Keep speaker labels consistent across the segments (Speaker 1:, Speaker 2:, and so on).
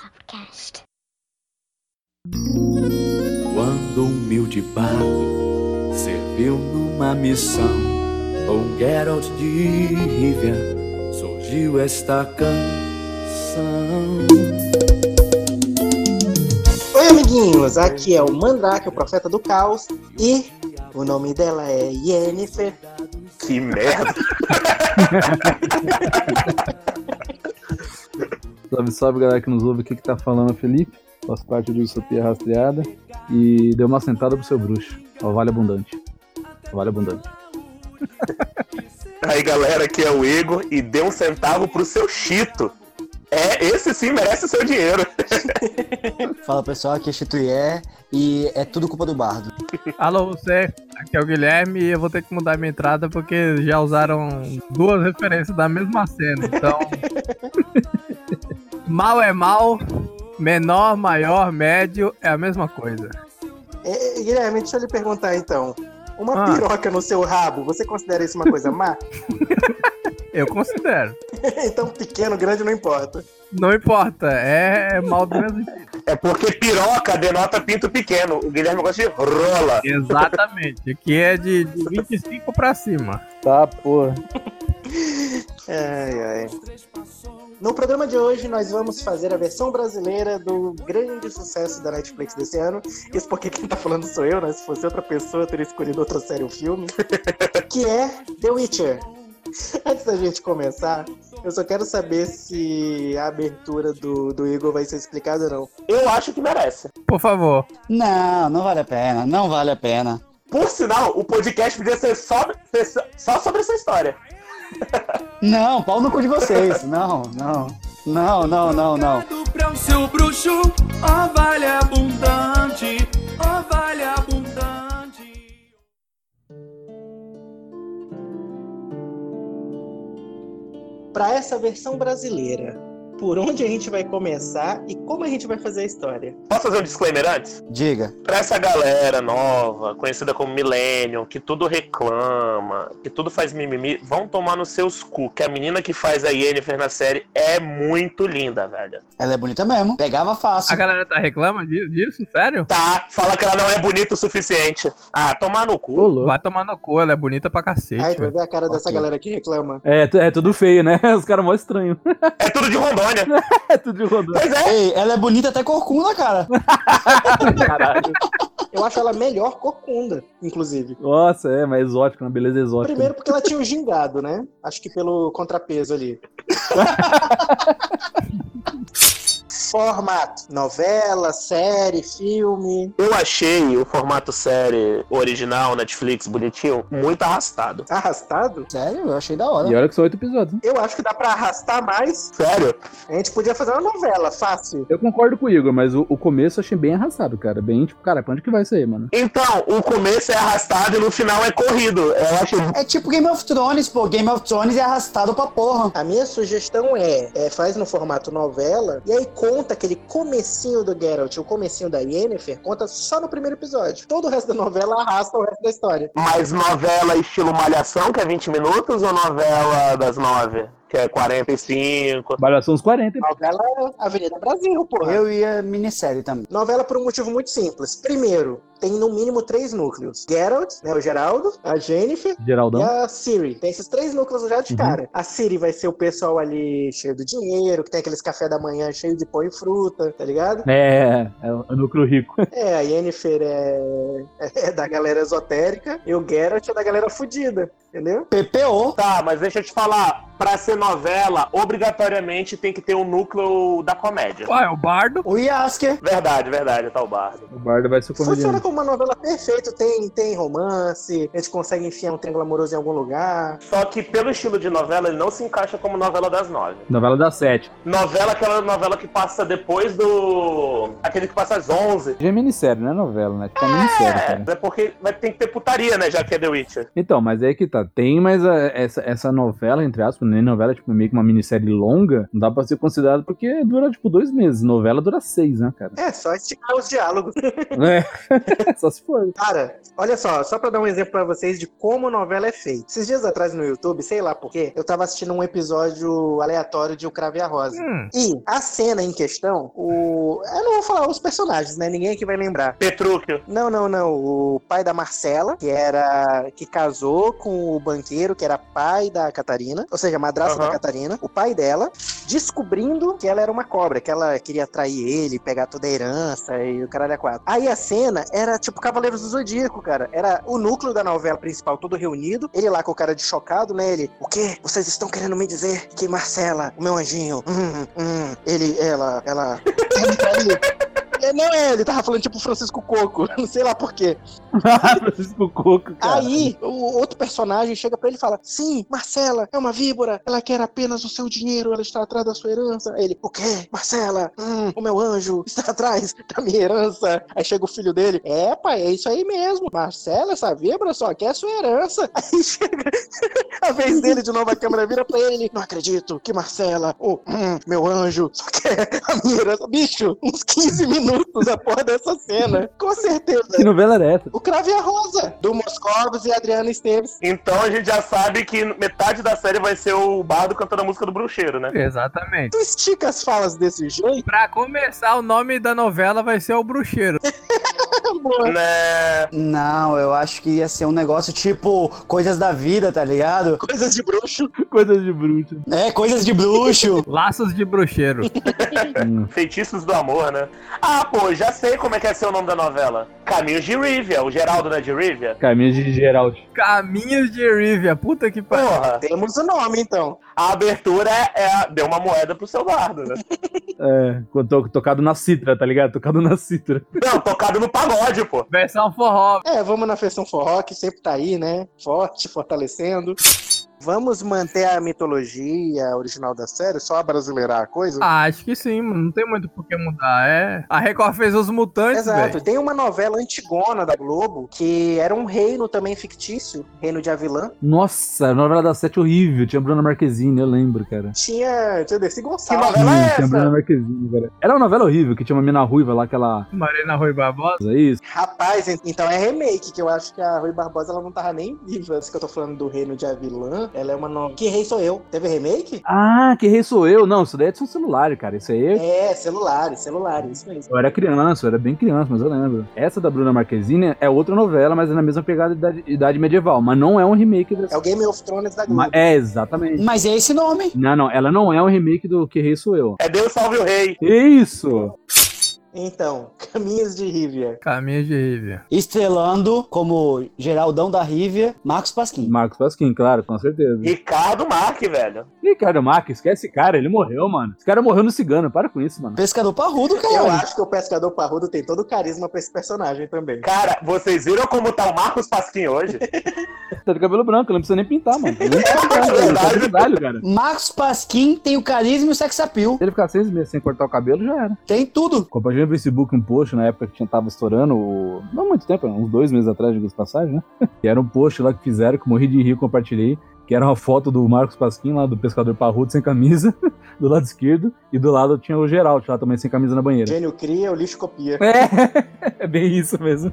Speaker 1: Podcast.
Speaker 2: Quando um humilde barco serviu numa missão, com Geralt de Rivia surgiu esta canção.
Speaker 3: Oi, amiguinhos! Aqui é o Mandrake, o Profeta do Caos, e o nome dela é Yennefer.
Speaker 4: Que merda!
Speaker 5: Salve, salve galera que nos ouve, o que que tá falando é Felipe? Faço parte do Utopia Rastreada e deu uma sentada pro seu bruxo. Ó, vale abundante. Vale abundante.
Speaker 4: Aí galera, aqui é o Igor e dê um centavo pro seu Chito. É, esse sim merece o seu dinheiro.
Speaker 3: Fala pessoal, aqui é Chituié e é tudo culpa do bardo.
Speaker 6: Alô, você, aqui é o Guilherme e eu vou ter que mudar minha entrada porque já usaram duas referências da mesma cena, então. mal é mal, menor, maior, médio é a mesma coisa.
Speaker 3: É, Guilherme, deixa eu lhe perguntar então. Uma
Speaker 6: Ah.
Speaker 3: piroca no seu rabo, você considera isso uma coisa má?
Speaker 6: Eu considero.
Speaker 3: então, pequeno, grande, não importa.
Speaker 6: Não importa, é mal do mesmo jeito.
Speaker 4: É porque piroca denota pinto pequeno. O Guilherme gosta de rola.
Speaker 6: Exatamente, aqui é de, de 25 pra cima.
Speaker 5: Tá, porra.
Speaker 3: Ai, ai. No programa de hoje, nós vamos fazer a versão brasileira do grande sucesso da Netflix desse ano. Isso porque quem tá falando sou eu, né? Se fosse outra pessoa, eu teria escolhido outra série ou filme. que é The Witcher. Antes da gente começar, eu só quero saber se a abertura do, do Igor vai ser explicada ou não.
Speaker 4: Eu acho que merece.
Speaker 6: Por favor.
Speaker 7: Não, não vale a pena, não vale a pena.
Speaker 4: Por sinal, o podcast podia ser só, ser só sobre essa história.
Speaker 7: Não, pau no cu de vocês. Não, não. Não, não, não, não.
Speaker 8: Pra o seu bruxo, ó vale abundante, ó vale abundante.
Speaker 3: Pra essa versão brasileira, por onde a gente vai começar e como a gente vai fazer a história?
Speaker 4: Posso fazer um disclaimer antes?
Speaker 7: Diga.
Speaker 4: Pra essa galera nova, conhecida como Millennium, que tudo reclama, que tudo faz mimimi, vão tomar nos seus cu, que a menina que faz a Yennefer na série é muito linda, velho.
Speaker 7: Ela é bonita mesmo. Pegava
Speaker 6: A
Speaker 7: fácil.
Speaker 6: galera tá reclama di- disso? Sério?
Speaker 4: Tá, fala que ela não é bonita o suficiente. Ah, tomar no
Speaker 5: Ô,
Speaker 4: cu.
Speaker 5: louco.
Speaker 6: Vai tomar no cu, ela é bonita pra cacete.
Speaker 3: Ai, tu vai
Speaker 6: velho.
Speaker 3: ver a cara dessa galera que reclama.
Speaker 5: É, tu- é tudo feio, né? Os caras mó estranho.
Speaker 4: É tudo de Rondônia.
Speaker 5: É tudo de rodando.
Speaker 4: Pois é.
Speaker 7: Ei, ela é bonita até corcunda, cara.
Speaker 5: Caralho.
Speaker 3: Eu acho ela melhor corcunda, inclusive.
Speaker 5: Nossa, é, mas exótico, uma beleza exótica.
Speaker 3: Primeiro porque ela tinha o gingado, né? Acho que pelo contrapeso ali. Formato: novela, série, filme.
Speaker 4: Eu achei o formato série original, Netflix, bonitinho, muito arrastado.
Speaker 3: Arrastado?
Speaker 7: Sério, eu achei da hora.
Speaker 5: E olha que são oito episódios. né?
Speaker 3: Eu acho que dá pra arrastar mais.
Speaker 4: Sério?
Speaker 3: A gente podia fazer uma novela, fácil.
Speaker 5: Eu concordo com o Igor, mas o, o começo eu achei bem arrasado, cara. Bem, tipo, cara, pra onde que vai isso aí, mano?
Speaker 4: Então, o começo é arrastado e no final é corrido. Eu acho
Speaker 7: É tipo Game of Thrones, pô. Game of Thrones é arrastado pra porra.
Speaker 3: A minha sugestão é, é, faz no formato novela e aí conta aquele comecinho do Geralt, o comecinho da Yennefer, conta só no primeiro episódio. Todo o resto da novela arrasta o resto da história.
Speaker 4: mais novela estilo Malhação, que é 20 minutos, ou novela das nove, que é 45?
Speaker 5: Valeu, são uns 40.
Speaker 3: Novela Avenida Brasil, porra.
Speaker 7: Eu ia minissérie também.
Speaker 3: Novela por um motivo muito simples. Primeiro, tem no mínimo três núcleos. Geralt, né, o Geraldo, a Jennifer e
Speaker 5: Geraldão.
Speaker 3: a Siri. Tem esses três núcleos já de
Speaker 5: Uhum.
Speaker 3: cara. A Siri vai ser o pessoal ali cheio do dinheiro, que tem aqueles café da manhã cheio de pão e fruta, tá ligado?
Speaker 5: É, é o núcleo rico.
Speaker 3: É, a Yennefer é, é da galera esotérica e o Geralt é da galera fudida, entendeu?
Speaker 7: PPO.
Speaker 4: Tá, mas deixa eu te falar. Pra ser novela, obrigatoriamente tem que ter um núcleo da comédia.
Speaker 6: Ué, é o bardo?
Speaker 7: O Yasuke.
Speaker 4: Verdade, verdade, tá o bardo.
Speaker 5: O Bardo vai ser o
Speaker 3: Funciona
Speaker 5: comediante.
Speaker 3: como uma novela perfeita, tem, tem romance, a gente consegue enfiar um triângulo amoroso em algum lugar.
Speaker 4: Só que pelo estilo de novela, ele não se encaixa como novela das nove.
Speaker 5: Novela das sete.
Speaker 4: Novela, aquela novela que passa depois do. aquele que passa às 11.
Speaker 5: Já é minissérie, não é novela, né? Tipo, é minissérie, cara.
Speaker 4: É, é porque vai ter que ter putaria, né? Já que é The Witcher.
Speaker 5: Então, mas aí que tá. Cara, tem, mas a- essa, essa novela, entre aspas, nem novela, é, tipo, meio que uma minissérie longa, não dá pra ser considerado porque dura, tipo, dois meses. Novela dura seis, né, cara?
Speaker 3: É, só esticar os diálogos.
Speaker 5: É. Só se for.
Speaker 3: Cara, olha só, só pra dar um exemplo pra vocês de como novela é feita. Esses dias atrás no YouTube, sei lá por quê, eu tava assistindo um episódio aleatório de O Crave e a Rosa.
Speaker 6: Hum,
Speaker 3: E a cena em questão, o. Eu não vou falar os personagens, né? Ninguém aqui vai lembrar.
Speaker 4: Petrúquio.
Speaker 3: Não, não, não. O pai da Marcela, que era. que casou com o banqueiro, que era pai da Catarina, ou seja, madrasta
Speaker 4: Aham.
Speaker 3: da Catarina, o pai dela, descobrindo que ela era uma cobra, que ela queria atrair ele, pegar toda a herança e o caralho é quatro. Aí a cena era tipo Cavaleiros do Zodíaco, cara. Era o núcleo da novela principal todo reunido, ele lá com o cara de chocado, né? Ele, o quê? Vocês estão querendo me dizer que Marcela, o meu anjinho, hum, hum, ele, ela, ela. ela me traiu." É, Não, é, ele tava falando tipo Francisco Coco, não sei lá por quê.
Speaker 5: Francisco Coco, cara.
Speaker 3: Aí o outro personagem chega pra ele e fala: Sim, Marcela é uma víbora, ela quer apenas o seu dinheiro, ela está atrás da sua herança. Aí ele, o quê? Marcela, hum, o meu anjo está atrás da minha herança. Aí chega o filho dele, é, pai, é isso aí mesmo. Marcela, essa víbora só quer sua herança. Aí chega a vez dele de novo, a câmera vira pra ele. Não acredito que Marcela, o hum, meu anjo, só quer a minha herança. Bicho, uns 15 minutos a porra dessa cena. Com certeza.
Speaker 5: Que novela era essa?
Speaker 3: O Crave e a Rosa, do Moscovos e Adriana Esteves.
Speaker 4: Então a gente já sabe que metade da série vai ser o bardo cantando a música do bruxeiro, né?
Speaker 6: exatamente.
Speaker 3: Tu estica as falas desse jeito,
Speaker 6: Pra começar, o nome da novela vai ser O Bruxeiro.
Speaker 3: amor.
Speaker 4: Né?
Speaker 7: Não, eu acho que ia ser um negócio tipo coisas da vida, tá ligado?
Speaker 3: Coisas de bruxo.
Speaker 5: Coisa de bruxa.
Speaker 7: É, coisas de bruxo.
Speaker 6: Laços de Bruxeiro.
Speaker 5: Hum.
Speaker 4: Feitiços do amor, né? Ah, pô, já sei como é que é ser o nome da novela. Caminhos de Rivia. O Geraldo não é de Rivia?
Speaker 5: Caminhos de Geralt.
Speaker 6: Caminhos de Rivia. Puta que pariu.
Speaker 4: Porra,
Speaker 3: Temos o nome, então.
Speaker 4: a abertura é, é- deu uma moeda pro seu bardo, né?
Speaker 5: É, quando to- tocado na citra, tá ligado? Tocado na citra.
Speaker 4: Não, tocado no pagode, pô.
Speaker 6: Versão forró.
Speaker 3: É, vamos na feição forró, que sempre tá aí, né? Forte, fortalecendo. Vamos manter a mitologia original da série, só brasileirar a coisa?
Speaker 6: Ah, acho que sim, mano. Não tem muito por que mudar. É. A Record fez os mutantes,
Speaker 3: Exato.
Speaker 6: velho.
Speaker 3: Tem uma novela antigona da Globo, que era um reino também fictício, reino de Avilã.
Speaker 5: Nossa, a novela da Sete horrível. Tinha Bruna Marquezine, eu lembro, cara.
Speaker 3: Tinha, tinha Desi
Speaker 4: Que
Speaker 3: Gonçalves.
Speaker 4: novela é
Speaker 5: Sim,
Speaker 4: essa?
Speaker 5: Tinha Bruna Marquezine, cara. Era uma novela horrível que tinha uma mina ruiva lá, aquela.
Speaker 6: Marina Rui Barbosa.
Speaker 5: É isso?
Speaker 3: Rapaz, en- então é remake, que eu acho que a Rui Barbosa ela não tava nem viva. Isso que eu tô falando do reino de Avilã, ela é uma nova. Que rei sou eu? Teve remake?
Speaker 5: Ah, que rei sou eu? Não, isso daí é de um celular, cara. Isso aí.
Speaker 3: É, celular, celular, isso mesmo.
Speaker 5: Eu era criança, eu era bem criança, mas eu lembro. Essa da Bruna Marquezine é outra novela, mas é na mesma pegada de idade, idade medieval. Mas não é um remake
Speaker 3: É
Speaker 5: dessa.
Speaker 3: o Game of Thrones da
Speaker 5: Ma-
Speaker 3: Globo.
Speaker 5: É, exatamente.
Speaker 7: Mas é esse nome.
Speaker 5: Não, não, ela não é um remake do Que Rei Sou Eu. É
Speaker 4: É Deus salve o rei.
Speaker 5: Isso!
Speaker 3: Então, Caminhos de Rivia.
Speaker 6: Caminhos de Rivia.
Speaker 7: Estrelando como Geraldão da Rívia, Marcos Pasquim.
Speaker 5: Marcos Pasquim, claro, com certeza.
Speaker 4: Ricardo Marque, velho.
Speaker 5: Ricardo Marques, esquece esse cara, ele morreu, mano. Esse cara morreu no cigano, para com isso, mano.
Speaker 7: Pescador parrudo,
Speaker 3: Eu
Speaker 7: cara.
Speaker 3: acho que o Pescador Parrudo tem todo o carisma pra esse personagem também.
Speaker 4: Cara, vocês viram como tá o Marcos Pasquim hoje?
Speaker 5: Tá de cabelo branco, ele não precisa nem pintar, mano. Ele não precisa pintar,
Speaker 4: É
Speaker 5: ele tá
Speaker 4: verdade.
Speaker 5: grisalho, cara.
Speaker 7: Marcos Pasquim tem o carisma e o sex appeal.
Speaker 5: Se ele ficar seis meses sem cortar o cabelo, já era.
Speaker 7: Tem tudo.
Speaker 5: Compartilhei no Facebook um post na época que tinha, tava estourando, o- não muito tempo, uns dois meses atrás, diga de passagem, né? E era um post lá que fizeram, que eu morri de rir, compartilhei, que era uma foto do Marcos Pasquim lá, do pescador parrudo, sem camisa, do lado esquerdo, e do lado tinha o Geraldo lá também, sem camisa na banheira.
Speaker 3: Gênio cria, o lixo copia.
Speaker 5: É, é bem isso mesmo.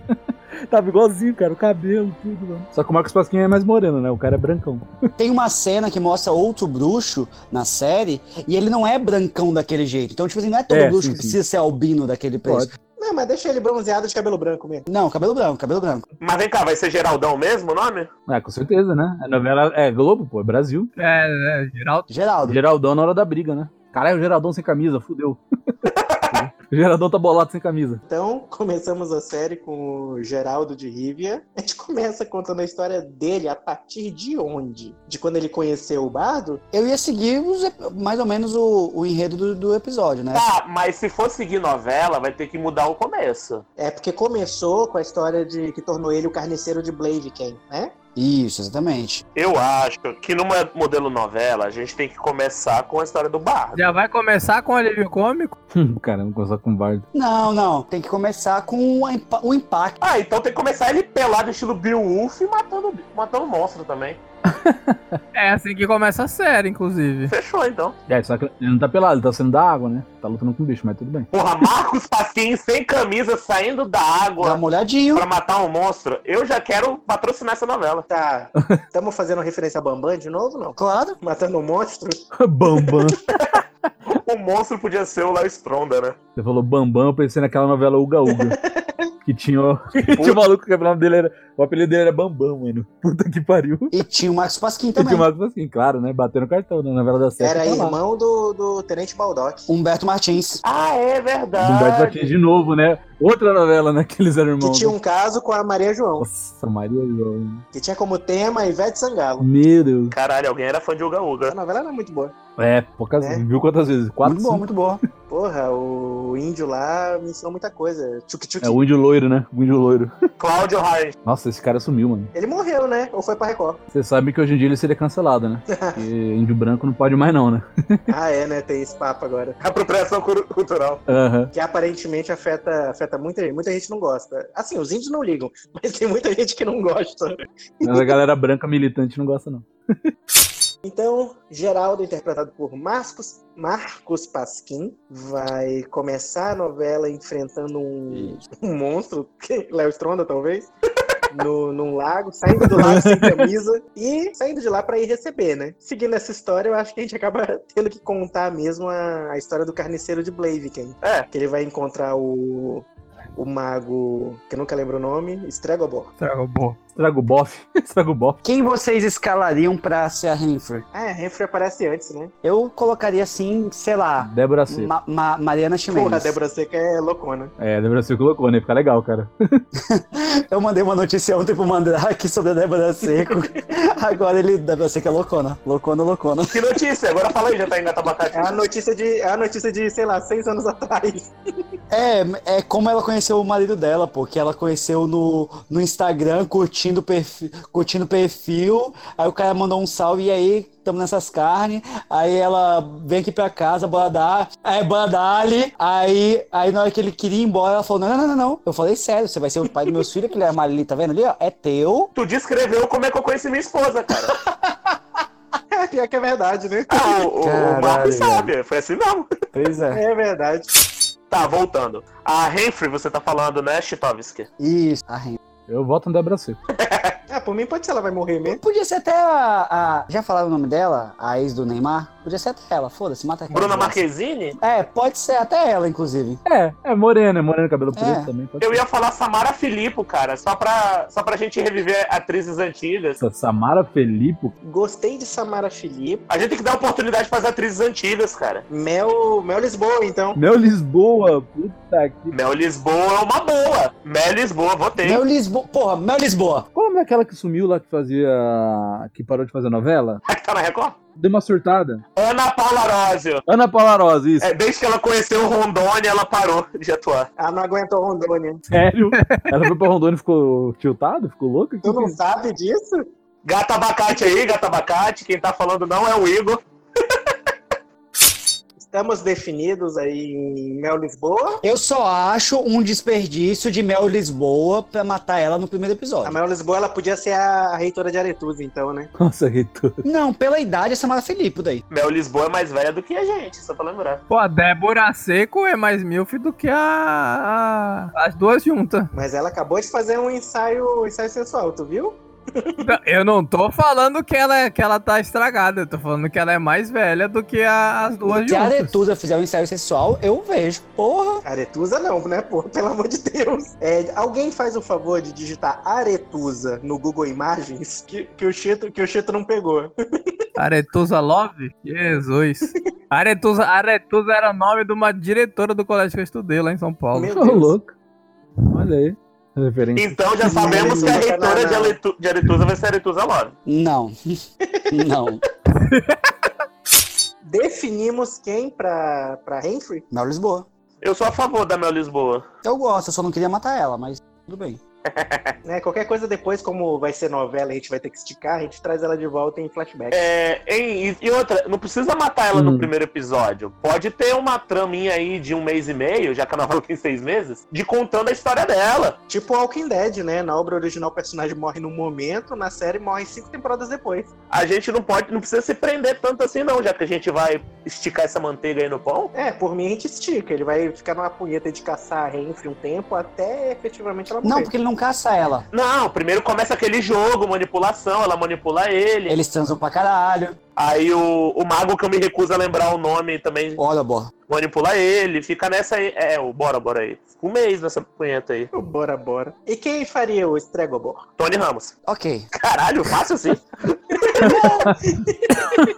Speaker 5: Tava igualzinho, cara, o cabelo, tudo, mano. Só que o Marcos Pasquim é mais moreno, né? O cara é brancão.
Speaker 7: Tem uma cena que mostra outro bruxo na série e ele não é brancão daquele jeito. Então, tipo assim, não é todo
Speaker 5: É,
Speaker 7: bruxo
Speaker 5: sim,
Speaker 7: que
Speaker 5: sim.
Speaker 7: precisa ser albino daquele
Speaker 5: É
Speaker 7: preço.
Speaker 3: Não, mas deixa ele bronzeado de cabelo branco mesmo.
Speaker 7: Não, cabelo branco, cabelo branco.
Speaker 4: Mas vem cá, vai ser Geraldão mesmo o nome?
Speaker 5: É, com certeza, né? A novela é Globo, pô, é Brasil.
Speaker 6: É, é, Geraldo.
Speaker 7: Geraldo.
Speaker 5: Geraldão na hora da briga, né? Caralho, o Geraldão sem camisa, fudeu. o Geraldão tá bolado sem camisa.
Speaker 3: Então, começamos a série com o Geraldo de Rivia. A gente começa contando a história dele a partir de onde? De quando ele conheceu o bardo?
Speaker 7: Eu ia seguir os ep- mais ou menos o, o enredo do, do episódio, né?
Speaker 4: Tá, mas se for seguir novela, vai ter que mudar o começo.
Speaker 3: É porque começou com a história de que tornou ele o carniceiro de Blaviken, né?
Speaker 7: Isso, exatamente.
Speaker 4: Eu acho que no mo- modelo novela, a gente tem que começar com a história do bardo.
Speaker 6: Já vai começar com o alívio cômico?
Speaker 5: Caramba, começar com o Bardo.
Speaker 7: Não, não. Tem que começar com a impa- o impacto.
Speaker 4: Ah, então tem que começar ele pelado, estilo Beowulf, e matando, matando monstro também.
Speaker 6: É assim que começa a série, inclusive.
Speaker 4: Fechou, então.
Speaker 5: É, só que ele não tá pelado, ele tá saindo da água, né? Tá lutando com o bicho, mas tudo bem.
Speaker 4: Porra, Marcos Pasquim sem camisa, saindo da
Speaker 7: Dá
Speaker 4: água
Speaker 7: uma olhadinha.
Speaker 4: pra matar um monstro. Eu já quero patrocinar essa novela.
Speaker 3: Tá, estamos fazendo referência a Bambam de novo, não?
Speaker 7: Claro.
Speaker 3: Matando um monstro?
Speaker 5: Bambam.
Speaker 4: O monstro podia ser o Léo Stronda, né?
Speaker 5: Você falou Bambam, eu pensei naquela novela Uga Uga. Que tinha, o- tinha o maluco que o nome dele era. O apelido dele era Bambam, mano. Puta que pariu.
Speaker 7: E tinha o Marcos Pasquim
Speaker 5: E
Speaker 7: também.
Speaker 5: tinha o Marcos assim, claro, né? Batendo cartão na novela da série.
Speaker 3: Era
Speaker 5: tá lá.
Speaker 3: irmão do, do Tenente Baldock.
Speaker 7: Humberto Martins.
Speaker 4: Ah, é
Speaker 5: Do Humberto Martins
Speaker 4: verdade.
Speaker 5: de novo, né? Outra novela, né? Que eles eram
Speaker 3: Que
Speaker 5: irmãos.
Speaker 3: tinha
Speaker 5: né?
Speaker 3: um caso com a Maria João,
Speaker 5: Nossa, Maria João.
Speaker 3: que tinha como tema Ivete Sangalo.
Speaker 5: Meu Deus.
Speaker 4: Caralho, alguém era fã de Uga Uga.
Speaker 3: A novela era muito boa.
Speaker 5: É, poucas
Speaker 3: É.
Speaker 5: vezes. Viu quantas vezes? Quatro,
Speaker 7: muito bom,
Speaker 5: cinco.
Speaker 7: muito bom.
Speaker 3: Porra, o índio lá me ensinou muita coisa. Tchuk tchuk.
Speaker 5: É o índio loiro, né? O índio loiro.
Speaker 4: Cláudio Hart.
Speaker 5: Nossa, esse cara sumiu, mano.
Speaker 3: Ele morreu, né? Ou foi pra Record.
Speaker 5: Você sabe que hoje em dia ele seria cancelado, né? Porque índio branco não pode mais, não, né?
Speaker 3: ah, é, né? Tem esse papo agora.
Speaker 4: Apropriação curu- cultural.
Speaker 5: Aham.
Speaker 3: Que aparentemente afeta, afeta muita gente. Muita gente não gosta. Assim, os índios não ligam, mas tem muita gente que não gosta.
Speaker 5: Mas a galera branca militante não gosta, não.
Speaker 3: Então, Geraldo, interpretado por Marcos, Marcos Pasquim, vai começar a novela enfrentando um, um monstro, que- Léo Stronda, talvez, no, num lago, saindo do lago sem camisa e saindo de lá pra ir receber, né? Seguindo essa história, eu acho que a gente acaba tendo que contar mesmo a, a história do carniceiro de Blaviken.
Speaker 4: É.
Speaker 3: Que ele vai encontrar o, o mago, que eu nunca lembro o nome, Stregobor.
Speaker 6: Dragon Ball.
Speaker 5: Estraga o bofe. Estraga o bofe.
Speaker 7: Quem vocês escalariam pra ser a Renfrew?
Speaker 3: Ah, é, Renfrew aparece antes, né?
Speaker 7: Eu colocaria assim, sei lá,
Speaker 5: Débora C.
Speaker 7: Ma- Ma-
Speaker 3: Porra,
Speaker 7: Mariana
Speaker 3: a
Speaker 7: Chimenez.
Speaker 3: Débora Seca é loucona.
Speaker 5: É, Débora C colocou, né? Fica legal, cara.
Speaker 7: Eu mandei uma notícia ontem pro Mandrake sobre a Débora Seco. Agora ele. Débora Seco é loucona. Loucona, loucona.
Speaker 4: Que notícia, agora fala aí, já tá indo a
Speaker 3: É a
Speaker 4: tabacate.
Speaker 3: notícia de, é a notícia de, sei lá, seis anos atrás.
Speaker 7: É, é como ela conheceu o marido dela, pô, que ela conheceu no, no Instagram, curtindo o perfil, curtindo o perfil, aí o cara mandou um salve, e aí, tamo nessas carnes, aí ela vem aqui pra casa, bora dar, aí bora dar-lhe, aí, aí na hora que ele queria ir embora, ela falou, não, não, não, não, eu falei sério, você vai ser o pai dos meus filhos, aquele armário ali, tá vendo ali, ó, é teu,
Speaker 4: Tu descreveu como é que eu conheci minha esposa, cara.
Speaker 3: É pior que é verdade, né?
Speaker 4: Ah, o, o, o
Speaker 7: Caralho,
Speaker 4: Marcos sabe, foi assim mesmo.
Speaker 7: pois é,
Speaker 3: É verdade.
Speaker 4: Tá, voltando. A Renfrey, você tá falando, né, Chitovski?
Speaker 7: isso, a Ren-
Speaker 5: Eu voto no Débora C.
Speaker 3: Ah, por mim pode ser, ela vai morrer né? mesmo.
Speaker 7: Podia ser até a, a- já falaram o nome dela, a ex do Neymar, podia ser até ela, foda-se, mata aquela
Speaker 4: Bruna
Speaker 7: desgraça.
Speaker 4: Marquezine?
Speaker 7: É, pode ser até ela, inclusive.
Speaker 5: É, é morena, é morena, cabelo preto
Speaker 7: É.
Speaker 5: também. Pode
Speaker 4: Eu
Speaker 5: ser.
Speaker 4: ia falar Samara Filippo, cara, só pra, só pra gente reviver atrizes antigas.
Speaker 5: Nossa, Samara Felipe,
Speaker 3: Gostei de Samara Filipe.
Speaker 4: A gente tem que dar oportunidade pras atrizes antigas, cara.
Speaker 3: Mel, Mel Lisboa, então.
Speaker 5: Mel Lisboa, puta que.
Speaker 4: Mel Lisboa é uma boa. Mel Lisboa, votei.
Speaker 7: Mel Lisboa. Porra, Mel Lisboa.
Speaker 5: Como é aquela que sumiu lá que fazia. que parou de fazer novela?
Speaker 4: A que tá na Record?
Speaker 5: Deu uma surtada.
Speaker 4: Ana Paula Arósio.
Speaker 5: Ana Palarosa, isso.
Speaker 4: É, desde que ela conheceu o Rondônia, ela parou de atuar.
Speaker 3: Ah, não aguentou Rondônia.
Speaker 5: Sério? Ela foi pra Rondônia e ficou tiltada? Ficou louca? é
Speaker 3: Tu não sabe disso?
Speaker 4: Gata Abacate aí, Gata Abacate. Quem tá falando não é o Igor.
Speaker 3: Estamos definidos aí em Mel Lisboa.
Speaker 7: Eu só acho um desperdício de Mel Lisboa pra matar ela no primeiro
Speaker 3: A
Speaker 7: episódio.
Speaker 3: Mel Lisboa, ela podia ser a reitora de Aretuza, então, né?
Speaker 5: Nossa, reitor.
Speaker 7: Não, pela idade, é Samara Felipe daí.
Speaker 4: Mel Lisboa é mais velha do que a gente, só pra lembrar.
Speaker 6: Pô, a Débora Seco é mais milf do que a... a- as duas juntas.
Speaker 3: Mas ela acabou de fazer um ensaio, um ensaio sensual, tu viu?
Speaker 6: Não, Eu não tô falando que ela, é- que ela tá estragada, eu tô falando que ela é mais velha do que a- as duas
Speaker 7: Se a
Speaker 6: juntas.
Speaker 7: Aretusa fizer um ensaio sexual, eu vejo. Porra.
Speaker 3: Aretusa não, né, pô? Pelo amor de Deus. É, alguém faz o favor de digitar Aretusa no Google Imagens que, que o, Chito, que o Chito não pegou.
Speaker 6: Aretusa Love? Jesus. Aretusa, Aretusa era nome de uma diretora do colégio que eu estudei lá em São Paulo.
Speaker 3: Meu
Speaker 5: Ô,
Speaker 3: Deus.
Speaker 5: louco. Olha aí. Referência.
Speaker 4: Então já sabemos que a reitora de Aretu- de Aretusa vai ser a Aretusa Lora.
Speaker 7: Não. Não.
Speaker 3: Definimos quem pra, pra Henry?
Speaker 7: Mel Lisboa.
Speaker 4: Eu sou a favor da Mel Lisboa.
Speaker 7: Eu gosto, eu só não queria matar ela, mas tudo bem.
Speaker 3: Né? Qualquer coisa depois, como vai ser novela, a gente vai ter que esticar, a gente traz ela de volta em flashback.
Speaker 4: É, hein, e, e outra, não precisa matar ela
Speaker 5: Hum.
Speaker 4: no primeiro episódio. Pode ter uma traminha aí de um mês e meio, já que a novela tem seis meses, de contando a história dela.
Speaker 3: Tipo Walking Dead, né? Na obra original o personagem morre num momento, na série morre cinco temporadas depois.
Speaker 4: A gente não pode, não precisa se prender tanto assim, não, já que a gente vai esticar essa manteiga aí no pão.
Speaker 3: É, por mim a gente estica, ele vai ficar numa punheta de caçar a Renfri um tempo até efetivamente ela morrer.
Speaker 7: Não, porque ele não caça ela.
Speaker 4: Não, primeiro começa aquele jogo, manipulação, ela manipula ele.
Speaker 7: Eles transam pra caralho.
Speaker 4: Aí o, o mago que eu me recuso a lembrar o nome também
Speaker 7: Olha, bó.
Speaker 4: manipula ele, fica nessa aí. É, o bora, bora aí. Fica um mês nessa punheta aí.
Speaker 3: Bora, bora. E quem faria o Stregobor?
Speaker 4: Tony Ramos.
Speaker 7: Ok.
Speaker 4: Caralho, fácil assim.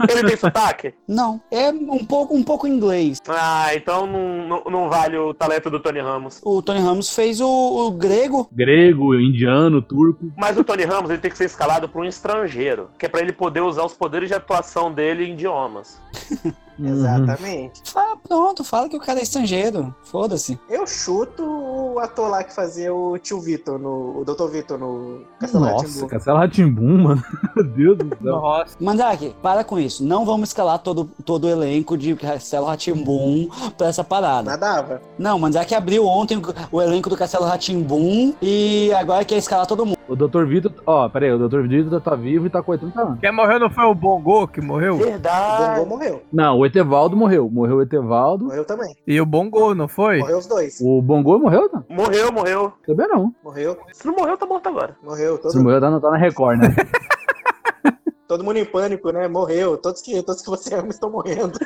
Speaker 4: ele tem sotaque?
Speaker 7: Não. É um pouco, um pouco inglês.
Speaker 4: Ah, então não, não, não vale o talento do Tony Ramos.
Speaker 7: O Tony Ramos fez o, o grego.
Speaker 5: Grego, indiano, turco.
Speaker 4: Mas o Tony Ramos ele tem que ser escalado por um estrangeiro, que é pra ele poder usar os poderes de atuação dele em idiomas.
Speaker 5: Uhum.
Speaker 3: Exatamente.
Speaker 7: Fala, pronto, fala que o cara é estrangeiro. Foda-se.
Speaker 3: Eu chuto o ator lá que fazia o tio Vitor, no, o Dr. Vitor no
Speaker 5: Uhum.
Speaker 3: Castelo
Speaker 5: Nossa,
Speaker 3: Rá-Tim-Bum.
Speaker 5: cancela Ratimbum, mano. Meu Deus do céu.
Speaker 6: Nossa,
Speaker 7: Mandrake, para com isso. Não vamos escalar todo, todo o elenco de Castelo Ratimbum pra essa parada.
Speaker 3: Nadava.
Speaker 7: Não, Mandrake abriu ontem o elenco do Castelo Ratimbum e agora quer escalar todo mundo.
Speaker 5: O Dr. Vitor, ó, pera aí, o Dr. Vitor tá vivo e tá com 80 anos.
Speaker 6: quem morreu não foi o Bongo que morreu?
Speaker 3: O Bongo
Speaker 4: Verdade.
Speaker 3: morreu.
Speaker 5: Não, o Etevaldo morreu. Morreu o Etevaldo.
Speaker 3: Morreu também.
Speaker 6: E o Bongo, não foi?
Speaker 3: Morreu os dois.
Speaker 5: O Bongo morreu? Não,
Speaker 4: Morreu, morreu.
Speaker 5: também não.
Speaker 3: Morreu.
Speaker 4: Se não morreu, tá morto agora.
Speaker 3: Morreu.
Speaker 5: Se
Speaker 3: Todo,
Speaker 5: morreu, tá, na- tá na Record, né?
Speaker 3: todo mundo em pânico, né? Morreu. Todos que, todos que você ama estão morrendo.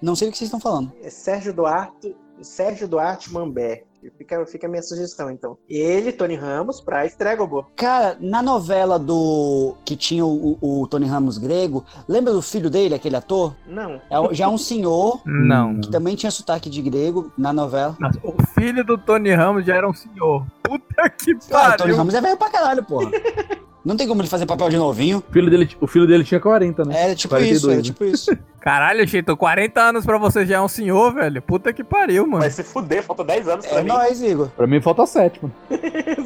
Speaker 7: Não sei do que vocês estão falando.
Speaker 3: É Sérgio Duarte. Sérgio Duarte Mambé. Fica, fica a minha sugestão, então. Ele, Tony Ramos, pra Estregobor.
Speaker 7: Cara, na novela do. que tinha o, o- o Tony Ramos grego, lembra do filho dele, aquele ator?
Speaker 3: Não.
Speaker 7: É o- já é um senhor
Speaker 6: Não.
Speaker 7: que também tinha sotaque de grego na novela.
Speaker 6: Mas O filho do Tony Ramos já era um senhor. Puta que
Speaker 7: Cara, o Tony
Speaker 6: pariu.
Speaker 7: Ramos é velho pra caralho, porra. Não tem como ele fazer papel de novinho.
Speaker 5: O filho dele, o filho dele tinha 40, né?
Speaker 7: Era tipo
Speaker 5: 42,
Speaker 7: isso, era
Speaker 5: né?
Speaker 7: tipo isso.
Speaker 6: Caralho, Chito, 40 anos pra você já é um senhor, velho. Puta que pariu, mano.
Speaker 4: Vai se fuder, falta 10 anos pra
Speaker 7: É
Speaker 4: mim.
Speaker 7: nóis, Igor.
Speaker 5: Pra mim falta 7, mano.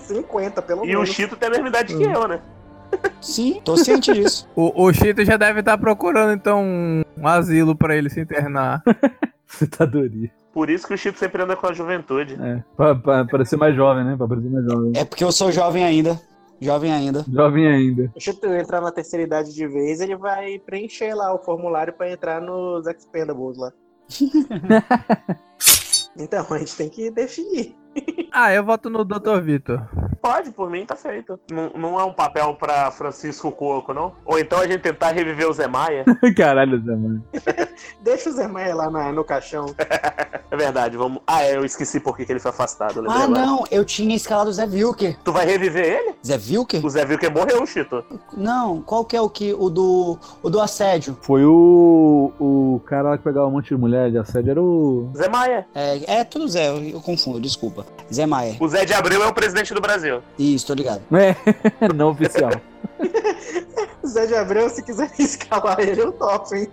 Speaker 3: 50, pelo
Speaker 4: E o
Speaker 3: menos.
Speaker 4: Chito tem a mesma idade que
Speaker 7: É.
Speaker 4: eu, né?
Speaker 7: Sim, tô ciente disso.
Speaker 6: O, o Chito já deve estar procurando, então, um, um asilo pra ele se internar.
Speaker 5: Você tá doido.
Speaker 4: Por isso que o Chito sempre anda com a juventude.
Speaker 5: É. Pra, pra parecer mais jovem, né? Pra parecer mais jovem.
Speaker 7: É porque eu sou jovem ainda. Jovem ainda.
Speaker 5: Jovem ainda.
Speaker 3: O Chito entrar na terceira idade de vez, ele vai preencher lá o formulário pra entrar nos Expendables lá. então, a gente tem que definir.
Speaker 6: Ah, eu voto no Dr. Vitor.
Speaker 4: Pode, por mim tá feito. Não, não é um papel pra Francisco Coco, não? Ou então a gente tentar reviver o Zé Maia.
Speaker 5: Caralho, Zé, mano.
Speaker 3: Deixa o Zé Maia lá na- no caixão.
Speaker 4: é verdade, vamos. Ah, é, eu esqueci por que que ele foi afastado. Lembrei
Speaker 7: Ah,
Speaker 4: agora.
Speaker 7: não, eu tinha escalado o Zé Vilker.
Speaker 4: Tu vai reviver ele?
Speaker 7: Zé Vilker?
Speaker 4: O Zé Vilker morreu, Chito.
Speaker 7: Não, qual que é o que? O do. O do assédio.
Speaker 5: Foi o. O cara lá que pegava um monte de mulher de assédio era o.
Speaker 4: Zé Maia.
Speaker 7: É, é tudo Zé, eu, eu confundo, desculpa. Zé Maia.
Speaker 4: O Zé de Abreu é o presidente do Brasil.
Speaker 7: Isso, tô ligado.
Speaker 5: É, não oficial.
Speaker 3: O Zé de Abreu, se quiser escalar ele, eu topo, hein?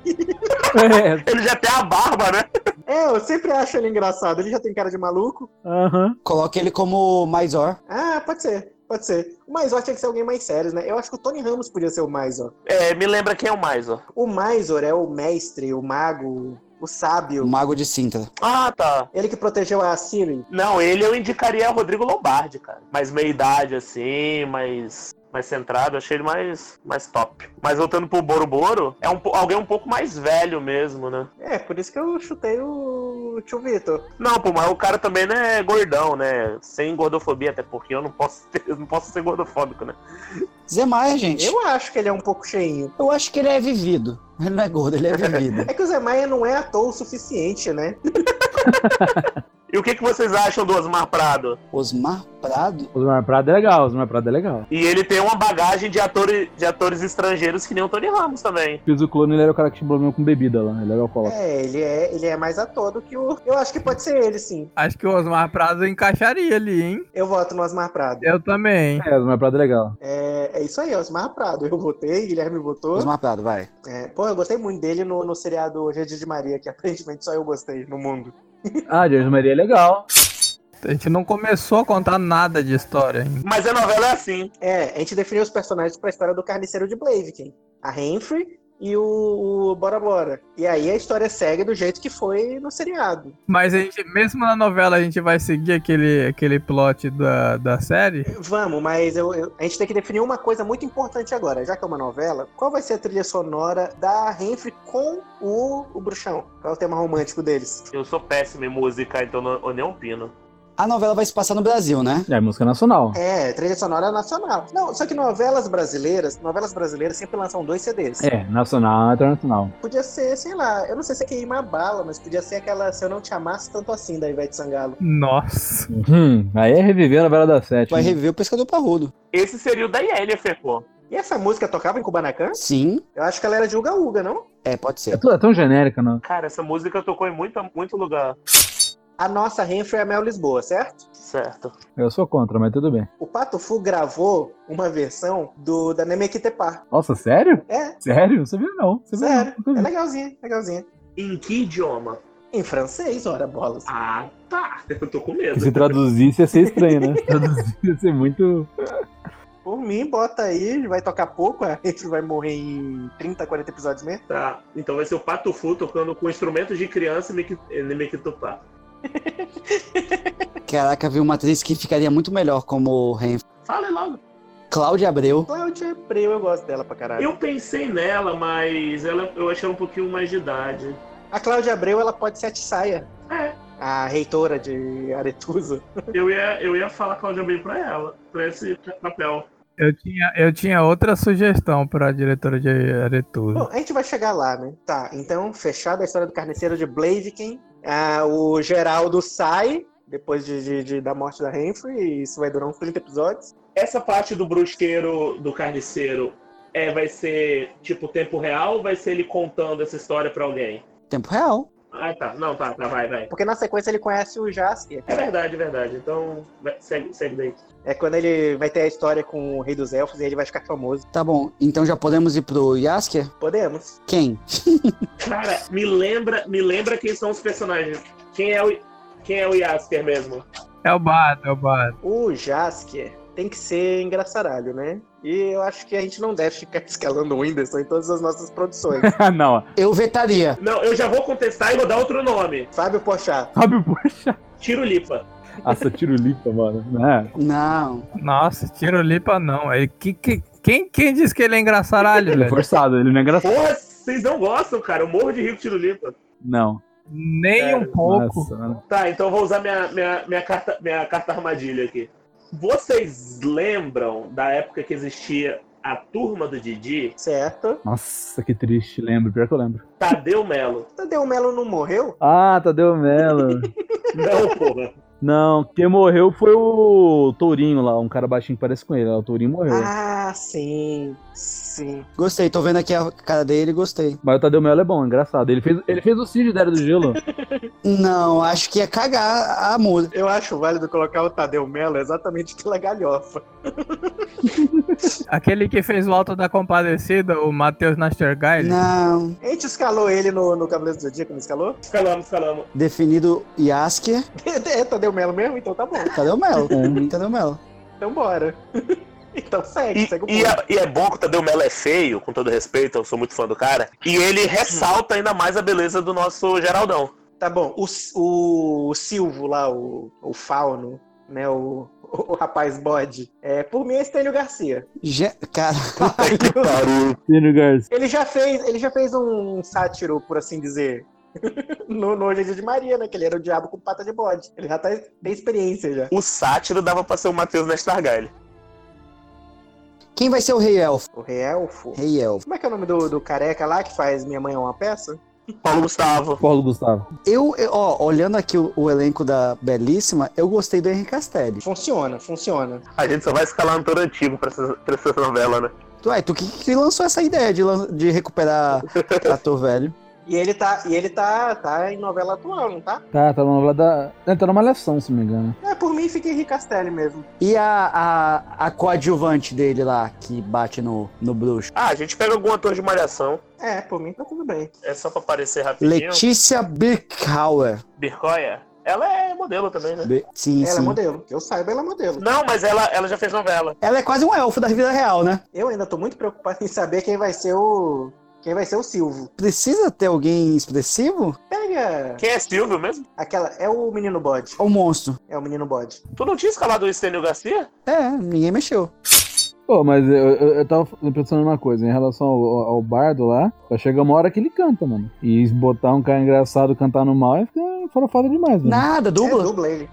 Speaker 5: É,
Speaker 4: Ele já tem a barba, né?
Speaker 3: É, eu sempre acho ele engraçado. Ele já tem cara de maluco?
Speaker 5: aham.
Speaker 7: Coloca ele como Maisor.
Speaker 3: Ah, pode ser, pode ser. O Maisor tinha que ser alguém mais sério, né? Eu acho que o Tony Ramos podia ser o Maisor.
Speaker 4: É, me lembra quem é o mais, ó.
Speaker 3: O Maisor é o mestre, o mago, o
Speaker 7: O
Speaker 3: sábio.
Speaker 7: Mago de Sintra.
Speaker 4: Ah, tá.
Speaker 3: Ele que protegeu a Siri.
Speaker 4: Não, ele eu indicaria o Rodrigo Lombardi, cara. Mais meia idade, assim, mais. Mais centrado, achei ele mais, mais top. Mas voltando pro Boro Boro, é um, po- alguém um pouco mais velho mesmo, né?
Speaker 3: É, por isso que eu chutei o tio Vitor.
Speaker 4: Não, pô, mas o cara também não é gordão, né? Sem gordofobia, até porque eu não posso, ter- eu não posso ser gordofóbico, né?
Speaker 7: Zé Maia, gente. Eu...
Speaker 3: Eu acho que ele é um pouco cheinho.
Speaker 7: acho que ele é vivido. Ele não é gordo, ele é vivido.
Speaker 3: É que o Zé Maia não é ator o suficiente, né?
Speaker 4: E o que, que vocês acham do Osmar Prado?
Speaker 7: Osmar Prado?
Speaker 5: Osmar Prado é legal, Osmar Prado é legal.
Speaker 4: E ele tem uma bagagem de, ator, de atores estrangeiros que nem o Tony Ramos também.
Speaker 5: Fiz o clone, ele era o cara que tinha problema com bebida lá. Ele era alcoólatra.
Speaker 3: É, ele é, ele é mais ator do que o. Eu acho que pode ser ele, sim.
Speaker 6: Acho que o Osmar Prado encaixaria ali, hein?
Speaker 3: Eu voto no Osmar Prado.
Speaker 6: Eu também.
Speaker 5: É, Osmar Prado é legal.
Speaker 3: É, é isso aí, Osmar Prado. Eu votei, Guilherme votou.
Speaker 7: Osmar Prado, vai.
Speaker 3: É, pô, eu gostei muito dele no, no seriado Hoje é Dia de Maria, que aparentemente só eu gostei no mundo.
Speaker 5: Ah, James Maria é legal.
Speaker 6: A gente não começou a contar nada de história. ainda.
Speaker 4: Mas a novela é assim.
Speaker 3: É, a gente definiu os personagens pra história do carniceiro de Blaviken. A Renfrey e o, o Bora Bora. E aí a história segue do jeito que foi no seriado.
Speaker 6: Mas a gente, mesmo na novela, a gente vai seguir aquele, aquele plot da, da série?
Speaker 3: Vamos, mas eu- eu- a gente tem que definir uma coisa muito importante agora. Já que é uma novela, qual vai ser a trilha sonora da Renfrey com o, o Bruxão? Qual é o tema romântico deles?
Speaker 4: Eu sou péssimo em música, então não, eu nem opino.
Speaker 7: A novela vai se passar no Brasil, né?
Speaker 5: É música nacional.
Speaker 3: É, trilha sonora nacional. Não, só que novelas brasileiras, novelas brasileiras sempre lançam dois CDs.
Speaker 5: É, nacional internacional.
Speaker 3: Podia ser, sei lá, eu não sei se é queimar bala, mas podia ser aquela Se Eu Não Te Amasse Tanto Assim, da Ivete Sangalo.
Speaker 6: Nossa.
Speaker 5: Hum, aí é reviver a novela das sete.
Speaker 7: Vai
Speaker 5: né?
Speaker 7: reviver o Pescador Parrudo.
Speaker 4: Esse seria o da Yennefer, pô.
Speaker 3: E essa música tocava em Kubanacan?
Speaker 7: Sim,
Speaker 3: Eu acho que ela era de Uga Uga, não?
Speaker 7: é, pode
Speaker 5: É,
Speaker 7: ser.
Speaker 5: tu- é tão genérica, não.
Speaker 4: Cara, essa música tocou em muito, muito lugar.
Speaker 3: A nossa Renfrew é a Mel Lisboa, certo?
Speaker 4: Certo.
Speaker 5: Eu sou contra, mas tudo bem.
Speaker 3: O Pato Fu gravou uma versão do da Nemequitepá.
Speaker 5: Nossa, sério?
Speaker 3: É,
Speaker 5: Sério? Você viu não? Você viu
Speaker 3: sério.
Speaker 5: não?
Speaker 3: É legalzinha, legalzinha.
Speaker 4: Em que idioma?
Speaker 3: Em francês, ora bolas.
Speaker 4: Ah, tá. Eu tô com
Speaker 5: E
Speaker 4: medo.
Speaker 5: Se traduzisse ia ser estranho, né? Se traduzisse ia ser muito.
Speaker 3: Por mim, bota aí, vai tocar pouco, a Renfrew vai morrer em 30, 40 episódios mesmo.
Speaker 4: Tá. Então vai ser o Pato Fu tocando com instrumentos de criança e Miqui- e Miquitupá.
Speaker 7: Caraca, vi uma atriz que ficaria muito melhor como Renfro.
Speaker 4: Fala logo.
Speaker 7: Cláudia Abreu.
Speaker 3: Cláudia Abreu, Então, eu gosto dela pra caralho.
Speaker 4: Eu pensei nela, mas ela, eu achei ela um pouquinho mais de idade.
Speaker 3: A Cláudia Abreu, ela pode ser a Tissaia.
Speaker 4: É.
Speaker 3: A reitora de Aretusa.
Speaker 4: Eu ia, eu ia falar Cláudia Bem pra ela, pra esse papel.
Speaker 6: Eu tinha, eu tinha outra sugestão pra diretora de Aretusa.
Speaker 3: Bom, a gente vai chegar lá, né? Tá, então, fechada a história do carneceiro de Blaviken. Ah, o Geraldo sai depois de, de- de- da morte da Renfrew, e isso vai durar uns 30 episódios.
Speaker 4: Essa parte do brusqueiro, do carniceiro, é, vai ser tipo tempo real ou vai ser ele contando essa história pra alguém?
Speaker 7: Tempo real.
Speaker 4: Ah, tá. Não, tá, tá, vai, vai.
Speaker 3: Porque na sequência ele conhece o Jaskier.
Speaker 4: É verdade, é verdade. Então, vai- segue, segue daí.
Speaker 3: É quando ele vai ter a história com o Rei dos Elfos e ele vai ficar famoso.
Speaker 7: Tá bom, então já podemos ir pro Yasker?
Speaker 3: Podemos.
Speaker 7: Quem?
Speaker 4: Cara, me lembra, me lembra quem são os personagens. Quem é o, quem é o Yasker mesmo?
Speaker 6: É o Bado, é o Bado.
Speaker 3: O Jaskier tem que ser engraçaralho, né? E eu acho que a gente não deve ficar escalando o Whindersson em todas as nossas produções.
Speaker 5: Ah, não.
Speaker 7: Eu vetaria.
Speaker 4: Não, eu já vou contestar e vou dar outro nome.
Speaker 3: Fábio Pochá.
Speaker 5: Fábio Poxa.
Speaker 4: Tiro Lipa.
Speaker 5: Nossa, tirulipa, mano. É.
Speaker 7: Não.
Speaker 6: Nossa, Tirolipa não. Ele, que, que, quem, quem disse que ele é engraçaralho,
Speaker 5: Ele é
Speaker 6: velho?
Speaker 5: forçado, ele não é engraçado.
Speaker 4: Porra, vocês não gostam, cara. Eu morro de rir com Tiro Lipa.
Speaker 5: Não.
Speaker 6: Nem um
Speaker 4: Sério,
Speaker 6: pouco.
Speaker 5: Nossa, mano.
Speaker 4: Tá, então eu vou usar minha, minha, minha, carta, minha carta armadilha aqui. Vocês lembram da época que existia a turma do Didi?
Speaker 3: Certo.
Speaker 5: Nossa, que triste. Lembro, pior que eu lembro.
Speaker 4: Tadeu Melo.
Speaker 3: Tadeu Melo não morreu?
Speaker 5: Ah, Tadeu Mello.
Speaker 4: Não, porra.
Speaker 5: Não, quem morreu foi o Tourinho lá, um cara baixinho que parece com ele. O Tourinho
Speaker 4: É.
Speaker 5: morreu.
Speaker 3: Ah, sim. Sim.
Speaker 7: Gostei, tô vendo aqui a cara dele, gostei.
Speaker 5: Mas o Tadeu Mello é bom, é engraçado. Ele fez, ele fez o Cid da Era do Gelo.
Speaker 7: Não, acho que ia cagar a música.
Speaker 3: Eu acho válido colocar o Tadeu Mello exatamente pela galhofa.
Speaker 6: Aquele que fez o Alto da Compadecida, o Matheus Nastergaard.
Speaker 7: Não.
Speaker 3: A gente escalou ele no, no Cavaleiro do Zodíaco, não escalou?
Speaker 4: Escalamos, escalamos.
Speaker 7: Definido Yasker.
Speaker 3: É Tadeu Melo mesmo? Então tá bom.
Speaker 7: Cadê o Melo? Cadê o Melo?
Speaker 3: Então bora. Então segue,
Speaker 4: E,
Speaker 3: segue o
Speaker 4: e
Speaker 3: ponto.
Speaker 4: é, e é bom que o Tadeu Melo é feio, com todo respeito, eu sou muito fã do cara. E ele ressalta ainda mais a beleza do nosso Geraldão.
Speaker 3: Tá bom. O, o, o Silvo lá, o, o Fauno, né? O, o rapaz bode. É, por mim é Estênio Garcia.
Speaker 7: Je... Cara,
Speaker 5: Cid Garcia.
Speaker 3: Ele já fez, ele já fez um sátiro, por assim dizer. No, no Hoje é Dia de Maria, né? Que ele era o diabo com pata de bode. Ele já tá, tem experiência já.
Speaker 4: O sátiro dava pra ser o Matheus Nestargalho.
Speaker 7: quem vai ser o Rei Elfo?
Speaker 3: O Rei Elfo.
Speaker 7: Rei Elfo.
Speaker 3: Como é que é o nome do, do careca lá que faz Minha Mãe é uma Peça?
Speaker 4: Paulo Gustavo.
Speaker 5: Paulo Gustavo.
Speaker 7: Eu, eu- ó, olhando aqui o, o elenco da Belíssima, eu gostei do Henrique Castelli.
Speaker 3: Funciona, funciona.
Speaker 4: A gente só vai escalar ator antigo pra essa, pra essa novela, né?
Speaker 7: Ué, tu que, que lançou essa ideia de, lan- de recuperar ator velho?
Speaker 3: E ele tá, e ele tá, tá em novela atual, não tá?
Speaker 5: Tá, tá na novela da. É, tá na Malhação, se não me engano.
Speaker 3: É, por mim fica Henrique Castelli mesmo.
Speaker 7: E a, a, a coadjuvante dele lá, que bate no, no bruxo?
Speaker 4: Ah, a gente pega algum ator de malhação.
Speaker 3: É, por mim tá tudo bem.
Speaker 4: É só pra aparecer rapidinho.
Speaker 7: Letícia Birkhauer.
Speaker 4: Bircoia. Ela é modelo também, né?
Speaker 7: Be- Sim,
Speaker 3: Ela é
Speaker 7: sim.
Speaker 3: modelo. Que eu saiba, ela é modelo.
Speaker 4: Não, mas ela, ela já fez novela.
Speaker 7: Ela é quase um elfo da vida real, né?
Speaker 3: Eu ainda tô muito preocupado em saber quem vai ser o. Quem vai ser o Silvio.
Speaker 7: Precisa ter alguém expressivo?
Speaker 3: Pega
Speaker 4: Quem é Silvio mesmo?
Speaker 3: aquela. É o menino bode.
Speaker 7: Ou um monstro?
Speaker 3: É o menino bode.
Speaker 4: Tu não tinha escalado o Estênio Garcia?
Speaker 7: É, ninguém mexeu.
Speaker 5: Pô, mas eu, eu, eu tava impressionando uma coisa, em relação ao, ao- ao bardo lá, vai chegar uma hora que ele canta, mano. E botar um cara engraçado cantar no mal é ficar farofada demais, né? mano.
Speaker 7: Nada,
Speaker 3: É,
Speaker 7: dupla.
Speaker 3: dubla ele.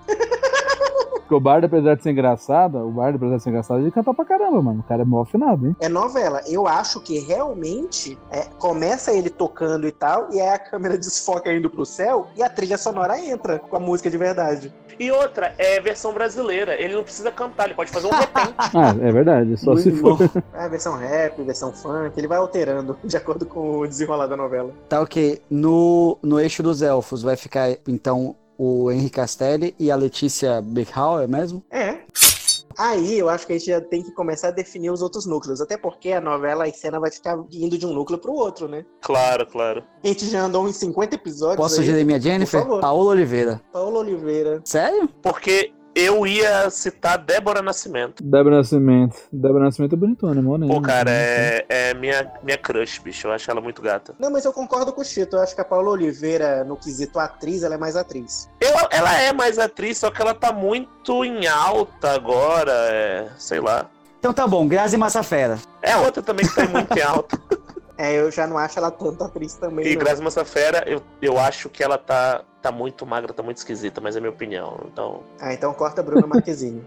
Speaker 5: Porque o bardo, apesar de ser engraçado, o bardo, apesar de ser engraçado, ele canta pra caramba, mano. O cara é mó afinado, hein?
Speaker 3: É novela. Eu acho que realmente é, começa ele tocando e tal, e aí a câmera desfoca indo pro céu e a trilha sonora entra com a música de verdade.
Speaker 4: E outra, é versão brasileira. Ele não precisa cantar, ele pode fazer um repente.
Speaker 5: Ah, é verdade, só
Speaker 7: Muito
Speaker 5: se for.
Speaker 3: É a versão rap, versão funk, ele vai alterando de acordo com o desenrolar da novela.
Speaker 7: Tá ok. No, no eixo dos elfos vai ficar, então, o Henri Castelli e a Letícia Bickhauer mesmo?
Speaker 3: É. Aí eu acho que a gente já tem que começar a definir os outros núcleos, até porque a novela e cena vai ficar indo de um núcleo pro outro, né?
Speaker 4: Claro, claro.
Speaker 3: A gente já andou em 50 episódios.
Speaker 7: Posso
Speaker 3: aí.
Speaker 7: sugerir minha Jennifer?
Speaker 3: Por favor.
Speaker 7: Paola Oliveira.
Speaker 3: Paulo Oliveira.
Speaker 7: Sério?
Speaker 4: Porque eu ia citar Débora Nascimento.
Speaker 5: Débora Nascimento. Débora Nascimento é bonitona, mó né?
Speaker 4: Pô, cara, é, é minha, minha crush, bicho. Eu acho ela muito gata.
Speaker 3: Não, mas eu concordo com o Chito. Eu acho que a Paula Oliveira, no quesito atriz, ela é mais atriz.
Speaker 4: Eu, ela é mais atriz, só que ela tá muito em alta agora. É, sei lá.
Speaker 7: Então tá bom, Grazi Massafera.
Speaker 4: É outra também que tá muito em alta.
Speaker 3: É, eu já não acho ela tanto atriz também.
Speaker 4: E
Speaker 3: não.
Speaker 4: Grazi Massafera, eu, eu acho que ela tá, tá muito magra, tá muito esquisita, mas é minha opinião. Então,
Speaker 3: Ah, então corta a Bruna Marquezine.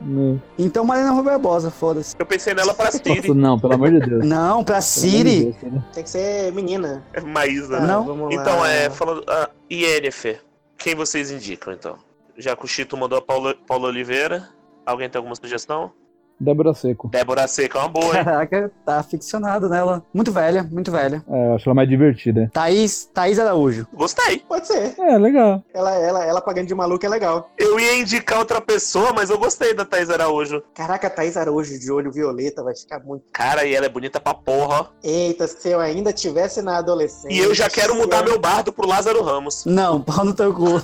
Speaker 5: Não,
Speaker 7: Então Marina Rui Barbosa, foda-se.
Speaker 4: eu pensei nela pra Siri,
Speaker 5: Nossa, não, pelo amor de Deus.
Speaker 7: Não, pra Siri.
Speaker 5: Pelo amor de Deus,
Speaker 3: Tem que ser menina.
Speaker 4: é Maísa.
Speaker 3: Tá,
Speaker 7: Não.
Speaker 3: vamos lá.
Speaker 4: Então, é, falando. Ah, e Yennefer, quem vocês indicam, então? Já que o Chito mandou a Paula, Paula Oliveira. Alguém tem alguma sugestão?
Speaker 5: Débora Seco.
Speaker 4: Débora Seca é uma boa, hein?
Speaker 7: Caraca, tá aficionado nela. Muito velha, muito velha.
Speaker 5: É, eu acho ela mais divertida.
Speaker 7: Thaís, Thaís Araújo.
Speaker 4: Gostei.
Speaker 3: Pode ser.
Speaker 5: É, legal.
Speaker 3: Ela, ela, ela pagando de maluca é legal.
Speaker 4: Eu ia indicar outra pessoa, mas eu gostei da Thais Araújo.
Speaker 3: Caraca, a Thaís Araújo de olho violeta vai ficar muito.
Speaker 4: Cara, e ela é bonita pra porra.
Speaker 3: Eita, se eu ainda tivesse na adolescência.
Speaker 4: E eu já quero
Speaker 3: se
Speaker 4: mudar
Speaker 3: eu-
Speaker 4: meu bardo pro Lázaro Ramos.
Speaker 7: Não, pau no teu cu.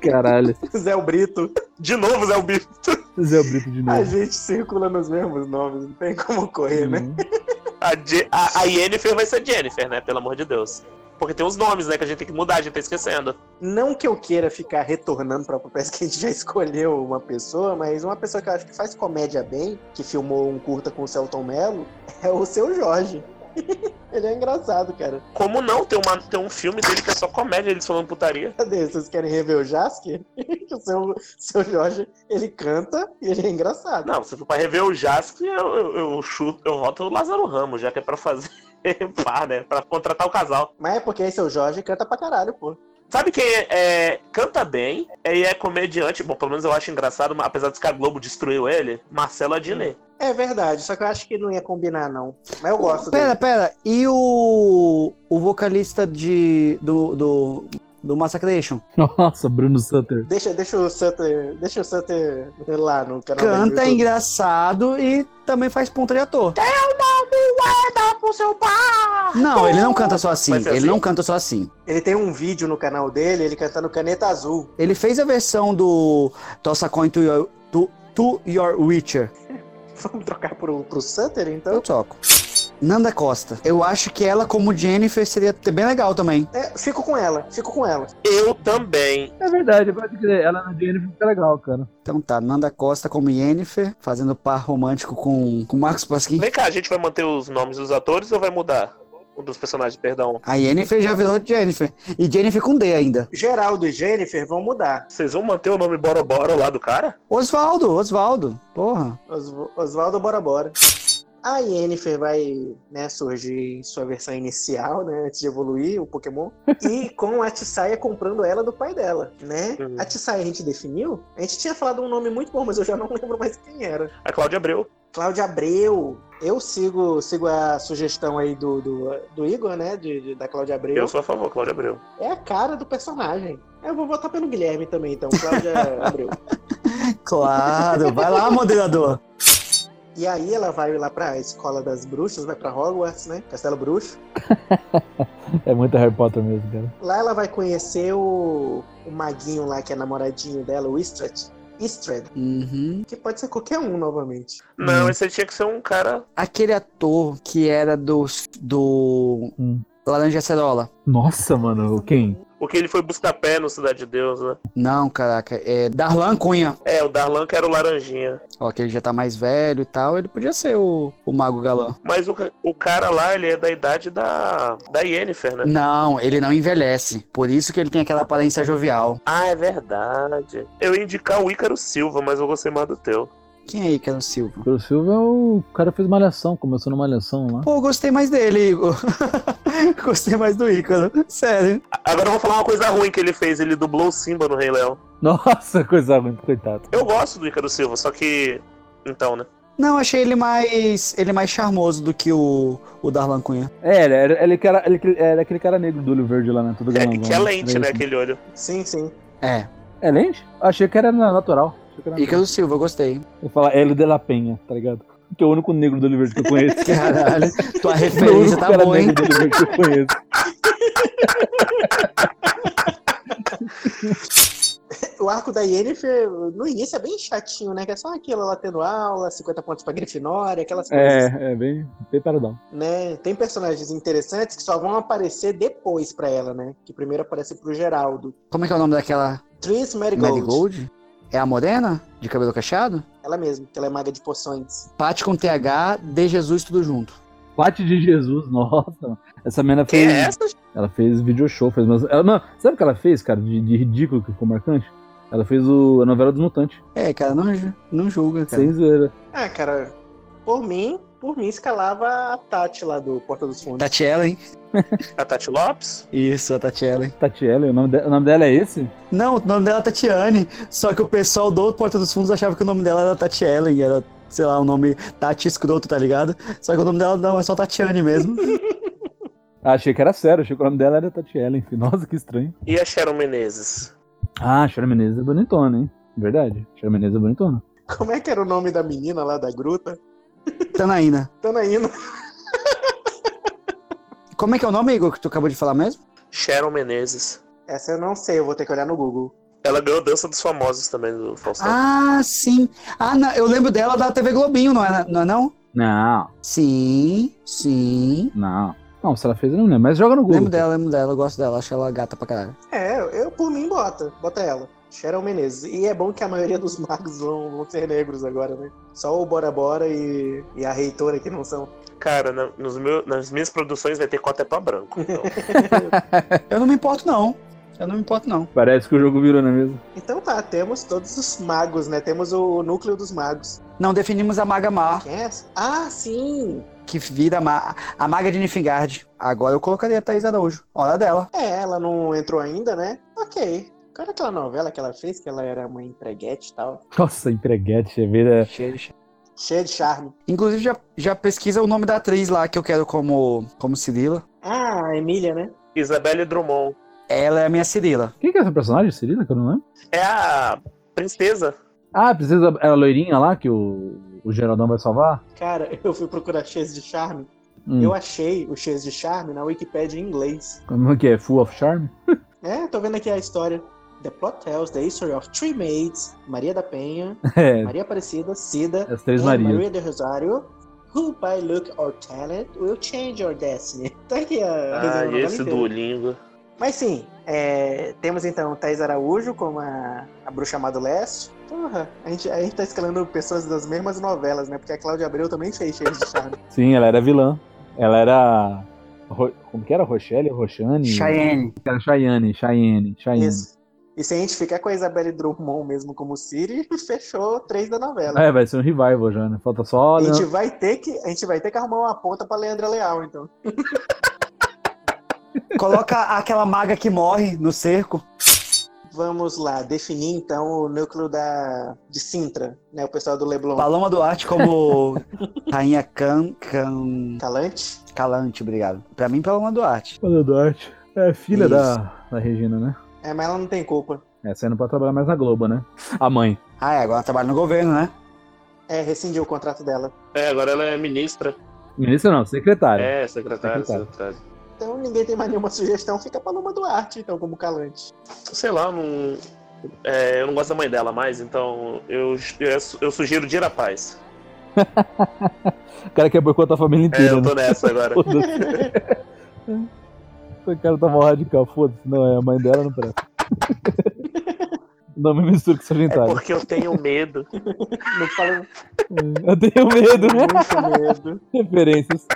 Speaker 5: Caralho.
Speaker 3: Zé Brito.
Speaker 4: De novo, Zé Bicho.
Speaker 5: Zé Brito de
Speaker 3: A
Speaker 7: Hum.
Speaker 5: novo.
Speaker 3: gente circula nos mesmos nomes, não tem como correr, né?
Speaker 5: Hum.
Speaker 4: A, Je- a- a Yennefer vai ser Jennifer, né? Pelo amor de Deus. Porque tem uns nomes, né? Que a gente tem que mudar, a gente tá esquecendo.
Speaker 3: Não que eu queira ficar retornando pra papéis que a gente já escolheu uma pessoa, mas uma pessoa que eu acho que faz comédia bem, que filmou um curta com o Celton Mello, é o seu Jorge. Ele é engraçado, cara.
Speaker 4: Como não? Tem, uma, tem um filme dele que é só comédia, eles falando putaria.
Speaker 3: Cadê? Vocês querem rever o Jasque? o seu, seu Jorge, ele canta e ele é engraçado.
Speaker 4: Não, se for pra rever o Jask, eu, eu, eu chuto, eu voto o Lázaro Ramos, já que é pra fazer par, né? Pra contratar o casal.
Speaker 3: Mas é porque aí seu Jorge canta pra caralho, pô.
Speaker 4: Sabe quem é, é, canta bem é, e é comediante? Bom, pelo menos eu acho engraçado, mas apesar de que a Globo destruiu ele, Marcelo Adnet.
Speaker 3: É verdade, só que eu acho que não ia combinar, não. Mas eu gosto
Speaker 7: Pera,
Speaker 3: dele.
Speaker 7: pera. E o, o vocalista de, do, do, do Massacration?
Speaker 5: Nossa, Bruno Sutter.
Speaker 3: Deixa, deixa o Sutter. Deixa o Sutter lá no canal. dele do
Speaker 7: Canta, é
Speaker 3: YouTube.
Speaker 7: engraçado e também faz ponta de ator.
Speaker 4: Dá pro seu pai!
Speaker 7: Não, ele não canta só assim.
Speaker 4: Mas é
Speaker 7: Ele
Speaker 4: assim?
Speaker 7: não canta só assim.
Speaker 3: Ele tem um vídeo no canal dele, ele cantando Caneta Azul.
Speaker 7: Ele fez a versão do Tossa Coin to Your, to, to your Witcher.
Speaker 3: Vamos trocar pro, pro Sutter,
Speaker 7: Eu
Speaker 3: então?
Speaker 7: toco. Nanda Costa. Eu acho que ela, como Jennifer, seria bem legal também.
Speaker 3: É, fico com ela, fico com ela.
Speaker 4: Eu também.
Speaker 5: É verdade, pode crer. Ela na Jennifer fica legal, cara.
Speaker 7: Então tá, Nanda Costa como Jennifer, fazendo par romântico com com Marcos Pasquim.
Speaker 4: Vem cá, a gente vai manter os nomes dos atores ou vai mudar? O dos personagens, perdão.
Speaker 7: A Jennifer já virou Jennifer. E Jennifer com D ainda.
Speaker 3: Geraldo e Jennifer vão mudar.
Speaker 4: Vocês vão manter o nome Boro Boro lá do cara?
Speaker 7: Osvaldo, Osvaldo. Porra.
Speaker 3: Osv- Oswaldo Bora Bora. A Yennefer vai né, surgir em sua versão inicial, né? Antes de evoluir o Pokémon. E com a Tissaia comprando ela do pai dela, né?
Speaker 4: Uhum.
Speaker 3: A Tissaia a gente definiu? A gente tinha falado um nome muito bom, mas eu já não lembro mais quem era.
Speaker 4: A Cláudia Abreu.
Speaker 3: Cláudia Abreu. Eu sigo, sigo a sugestão aí do, do, do Igor, né? De, de- da Cláudia Abreu.
Speaker 4: Eu sou a favor, Cláudia Abreu.
Speaker 3: É a cara do personagem. Eu vou votar pelo Guilherme também, então. Cláudia Abreu.
Speaker 7: Claro, vai lá, moderador.
Speaker 3: E aí ela vai lá pra escola das bruxas, vai pra Hogwarts, né? Castelo Bruxo.
Speaker 5: É muito Harry Potter mesmo, cara.
Speaker 3: Lá ela vai conhecer o, o maguinho lá, que é namoradinho dela, o Istred. Istred,
Speaker 7: Uhum.
Speaker 3: que pode ser qualquer um novamente.
Speaker 4: Não, esse tinha que ser um cara.
Speaker 7: Aquele ator que era do. do.
Speaker 5: Hum.
Speaker 7: Laranja Cerola.
Speaker 5: Nossa, mano, quem?
Speaker 4: O que ele foi buscar pé no Cidade de Deus, né?
Speaker 7: Não, caraca. É Darlan Cunha.
Speaker 4: É, o Darlan que era o Laranjinha.
Speaker 7: Ó, que ele já tá mais velho e tal. Ele podia ser o, o Mago Galã.
Speaker 4: Mas o, ca- o cara lá, ele é da idade da. da Yennefer, né?
Speaker 7: Não, ele não envelhece. Por isso que ele tem aquela aparência jovial.
Speaker 4: Ah, é verdade. Eu ia indicar o Ícaro Silva, mas eu gostei mais do teu.
Speaker 7: Quem é Ícaro Silva?
Speaker 5: Pelo Silva é o o cara que fez malhação, começou na malhação lá.
Speaker 7: Pô, gostei mais dele, Igor. gostei mais do Ícaro. Sério.
Speaker 4: A- Agora eu vou falar uma coisa ruim que ele fez. Ele dublou o Simba no Rei Leão.
Speaker 5: Nossa, coisa ruim, coitado.
Speaker 4: Eu gosto do Ícaro Silva, só que. Então, né?
Speaker 7: Não, achei ele mais. ele mais charmoso do que o, o Darlan Cunha.
Speaker 5: É, ele era, ele, era, ele era aquele cara negro do olho verde lá, né? Tudo
Speaker 4: É,
Speaker 5: grandão,
Speaker 4: que é lente,
Speaker 5: Era
Speaker 4: né?
Speaker 5: isso.
Speaker 4: Aquele olho.
Speaker 3: Sim, sim.
Speaker 7: É.
Speaker 5: É lente? Achei que era na- natural. Achei que era natural.
Speaker 7: Ícaro Silva, gostei.
Speaker 5: Eu falo Hélio de la Penha, tá ligado? Que é o único negro do olho verde que eu conheço.
Speaker 7: Caralho, tua
Speaker 5: o
Speaker 7: referência
Speaker 5: único
Speaker 7: tá
Speaker 5: cara
Speaker 7: boa, hein?
Speaker 5: negro do olho verde que eu conheço.
Speaker 3: O arco da Yennefer, no início, é bem chatinho, né? Que é só aquilo, ela tendo aula, 50 pontos pra Grifinória, aquelas coisas.
Speaker 5: É, é bem, bem paradão.
Speaker 3: Né? Tem personagens interessantes que só vão aparecer depois pra ela, né? Que primeiro aparece pro Geraldo.
Speaker 7: Como é que é o nome daquela
Speaker 3: Tris Marigold.
Speaker 7: Marigold? É a morena? De cabelo cacheado?
Speaker 3: Ela mesma, que ela é maga de poções.
Speaker 7: Pate com TH, de Jesus tudo junto.
Speaker 5: Plate de Jesus, nossa. Essa menina
Speaker 4: Quem
Speaker 5: fez.
Speaker 4: é essa?
Speaker 5: Ela fez video show, fez. Mas, ela, não, sabe o que ela fez, cara, de, de ridículo que ficou marcante? Ela fez o, a novela dos mutantes.
Speaker 7: É, cara, não, ju- não julga, cara.
Speaker 5: Sem zoeira.
Speaker 3: Ah, cara, por mim, por mim escalava a Tati lá do Porta dos Fundos.
Speaker 7: Tati Ellen.
Speaker 4: A Tati Lopes?
Speaker 7: Isso, a Tati Ellen.
Speaker 5: Tatiela, o nome, de- o nome dela é esse?
Speaker 7: Não, o nome dela é Tatiane, só que o pessoal do Porta dos Fundos achava que o nome dela era Tati Ellen, era, sei lá, o nome Tati Escroto, tá ligado? Só que o nome dela não, é só Tatiane mesmo.
Speaker 5: Ah, achei que era sério, achei que o nome dela era Tatiela, enfim. Nossa, que estranho.
Speaker 4: E a Sharon Menezes?
Speaker 5: Ah, Sharon Menezes é bonitona, hein? Verdade. Sharon Menezes é bonitona.
Speaker 3: Como é que era o nome da menina lá da gruta?
Speaker 7: Tanaína.
Speaker 3: Tanaína.
Speaker 7: Como é que é o nome, Igor, que tu acabou de falar mesmo?
Speaker 4: Sharon Menezes.
Speaker 3: Essa eu não sei, eu vou ter que olhar no Google.
Speaker 4: Ela ganhou Dança dos Famosos também, do Faustão.
Speaker 7: Ah, sim. Ah, não, eu lembro dela da TV Globinho, não é não? É, não?
Speaker 5: Não,
Speaker 7: Sim, sim.
Speaker 5: não. Não, se ela fez, eu não lembro. Mas joga no Google.
Speaker 7: Lembro dela, lembro dela, eu gosto dela, acho ela gata pra caralho.
Speaker 3: É, eu por mim bota, bota ela. Cheryl Menezes. E é bom que a maioria dos magos vão, vão ser negros agora, né? Só o Bora Bora e, e a reitora que não são.
Speaker 4: Cara, na- nos meu- nas minhas produções vai ter cota é pra branco. Então.
Speaker 7: Eu não me importo, não. Eu não me importo, não.
Speaker 5: Parece que o jogo virou é na mesa.
Speaker 3: Então tá, temos todos os magos, né? Temos o núcleo dos magos.
Speaker 7: Não definimos a Maga Mar,
Speaker 3: Quem é essa? Ah, sim!
Speaker 7: que vira a, ma- a Maga de Nifingard. Agora eu colocaria a Thaís Araújo. Hora dela.
Speaker 3: É, ela não entrou ainda, né? Ok. Qual era aquela novela que ela fez, que ela era uma empreguete e tal?
Speaker 5: Nossa, empreguete, é vida.
Speaker 3: Cheia de charme.
Speaker 7: Inclusive, já, já pesquisa o nome da atriz lá que eu quero como, como Cirila.
Speaker 3: Ah, a Emília, né?
Speaker 4: Isabelle Drummond.
Speaker 7: Ela é a minha Cirila.
Speaker 5: Quem que é essa personagem, Cirila, que eu não lembro?
Speaker 4: É a princesa.
Speaker 5: Ah, precisa. É a loirinha lá que o, o Geraldão vai salvar?
Speaker 3: Cara, eu fui procurar cheias de charme.
Speaker 5: Hum.
Speaker 3: Eu achei o cheias de charme na Wikipédia em inglês.
Speaker 5: Como que é? Full of Charm?
Speaker 3: É, tô vendo aqui a história. The plot tells the history of three maids, Maria da Penha,
Speaker 5: É,
Speaker 3: Maria Aparecida, Cida,
Speaker 5: as Três
Speaker 3: and
Speaker 5: Marias.
Speaker 3: é Maria do Rosário, who by luck or talent will change your destiny. Tá aqui a resenha
Speaker 4: Ah,
Speaker 3: da
Speaker 4: e
Speaker 3: novela
Speaker 4: esse
Speaker 3: inteira.
Speaker 4: do Lingo.
Speaker 3: Mas sim, é, temos então Thais Araújo como a, a bruxa amada do leste. Porra, a gente, a gente tá escalando pessoas das mesmas novelas, né? Porque a Cláudia Abreu também fez Cheias de Charme.
Speaker 5: Sim, ela era vilã. Ela era. Ro- Como que era? Rochelle? Roxane?
Speaker 7: Cheyenne.
Speaker 5: Era Cheyenne, Cheyenne, Cheyenne.
Speaker 3: Isso. E se a gente ficar com a Isabelle Drummond mesmo como Siri, fechou três da novela.
Speaker 5: É, vai ser um revival já, né? Falta só.
Speaker 3: A
Speaker 5: Leandro-
Speaker 3: gente, vai ter que, a gente vai ter que arrumar uma ponta pra Leandra Leal, então.
Speaker 7: Coloca aquela maga que morre no cerco.
Speaker 3: Vamos lá, definir então o núcleo da, de Sintra, né? O pessoal do Leblon.
Speaker 7: Paloma Duarte como Rainha Can, Can
Speaker 3: Talante.
Speaker 7: Calante, obrigado. Pra mim, Paloma Duarte.
Speaker 5: Olha o Duarte. É filha
Speaker 7: Isso.
Speaker 5: da, da Regina, né? É,
Speaker 3: É, mas ela não tem culpa.
Speaker 5: Essa aí não pode trabalhar mais na Globo, né? A mãe.
Speaker 7: Ah, é, agora trabalha no governo, né?
Speaker 3: É, rescindiu o contrato dela.
Speaker 4: É, agora ela é ministra.
Speaker 5: Ministra não, secretária.
Speaker 4: É, secretária,
Speaker 5: Secretária.
Speaker 4: secretária.
Speaker 3: Então ninguém tem mais nenhuma sugestão, fica a Paloma Duarte, então, como calante.
Speaker 4: Sei lá, não. é, eu não gosto da mãe dela mais, então eu, eu, eu sugiro Dira Paz.
Speaker 5: O cara quer boicotar a família
Speaker 4: É,
Speaker 5: inteira.
Speaker 4: eu
Speaker 5: né?
Speaker 4: tô nessa agora.
Speaker 5: Foda-se. O cara tá mal radical, foda-se. Não, é a mãe dela, não parece. Não me misturo com
Speaker 4: É
Speaker 5: Sagitário.
Speaker 4: porque eu tenho medo.
Speaker 3: Não falo
Speaker 5: Eu tenho medo, né?
Speaker 3: muito medo.
Speaker 5: Referências.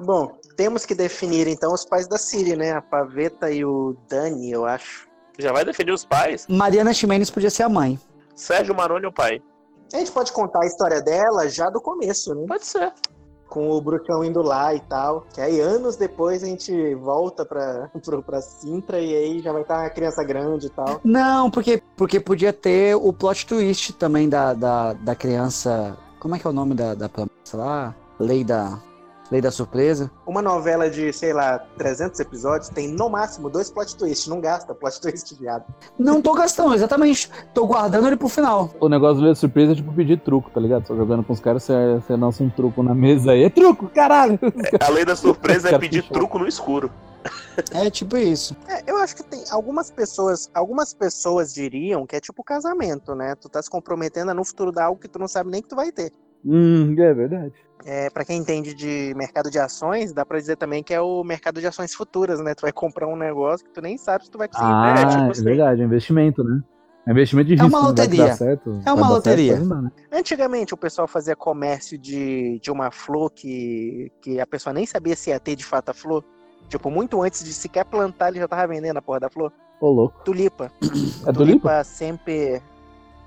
Speaker 3: Bom, temos que definir então os pais da Siri, né? A Paveta e o Dani, eu acho.
Speaker 4: Já vai defender os pais?
Speaker 7: Mariana Ximenes podia ser a mãe.
Speaker 4: Sérgio Maroni é o pai.
Speaker 3: A gente pode contar a história dela já do começo, né?
Speaker 4: Pode ser.
Speaker 3: Com o Brucão indo lá e tal. Que aí anos depois a gente volta pra, pro- pra Sintra e aí já vai estar uma criança grande e tal.
Speaker 7: Não, porque, porque podia ter o plot twist também da, da, da criança. Como é que é o nome da, da promessa lá? Lei da, Lei da Surpresa.
Speaker 3: Uma novela de, sei lá, 300 episódios tem no máximo dois plot twists. Não gasta plot twist, viado.
Speaker 7: Não tô gastando, exatamente. Tô guardando ele pro final.
Speaker 5: O negócio do Lei da surpresa é tipo pedir truco, tá ligado? Só jogando com os caras, você, você lança um truco na mesa aí. É truco, caralho!
Speaker 4: A lei da surpresa é
Speaker 5: Cara,
Speaker 4: pedir
Speaker 5: que show.
Speaker 4: truco no escuro.
Speaker 7: É tipo isso.
Speaker 3: É, eu acho que tem algumas pessoas, algumas pessoas diriam que é tipo casamento, né? Tu tá se comprometendo a no futuro dar algo que tu não sabe nem que tu vai ter.
Speaker 5: Hum, é verdade.
Speaker 3: É, para quem entende de mercado de ações, dá pra dizer também que é o mercado de ações futuras, né? Tu vai comprar um negócio que tu nem sabe se tu vai conseguir.
Speaker 5: ah,
Speaker 3: né?
Speaker 5: é,
Speaker 3: Tipo assim,
Speaker 5: verdade, é investimento, né? É investimento de
Speaker 7: É
Speaker 5: risco.
Speaker 7: uma
Speaker 5: não vai
Speaker 7: loteria. É
Speaker 5: dar certo, vai
Speaker 7: uma
Speaker 5: dar certo,
Speaker 7: loteria.
Speaker 5: mas não dá, né?
Speaker 3: Antigamente o pessoal fazia comércio de, de uma flor que, que a pessoa nem sabia se ia ter de fato a flor. Tipo, muito antes de sequer plantar, ele já tava vendendo a porra da flor.
Speaker 5: Ô, louco.
Speaker 3: Tulipa.
Speaker 5: É tulipa?
Speaker 3: sempre.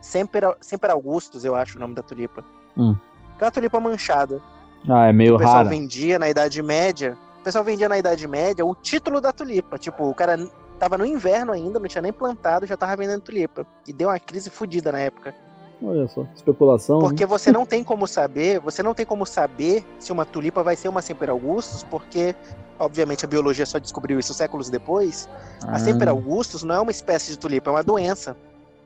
Speaker 3: Sempre, sempre Augustus, eu acho o nome da tulipa.
Speaker 5: Hum.
Speaker 3: Que é uma tulipa manchada.
Speaker 5: Ah, é
Speaker 7: Tipo,
Speaker 5: meio
Speaker 3: o pessoal
Speaker 5: raro.
Speaker 3: vendia na Idade Média. O pessoal vendia na Idade Média o título da tulipa. Tipo, o cara n- tava no inverno ainda, não tinha nem plantado, já tava vendendo tulipa. E deu uma crise fodida na época.
Speaker 5: Olha só, especulação. né?
Speaker 3: Porque você não tem como saber, você não tem como saber se uma tulipa vai ser uma Semper Augustus, porque, obviamente, a biologia só descobriu isso séculos depois. A
Speaker 5: Ah.
Speaker 3: Semper Augustus não é uma espécie de tulipa, é uma doença.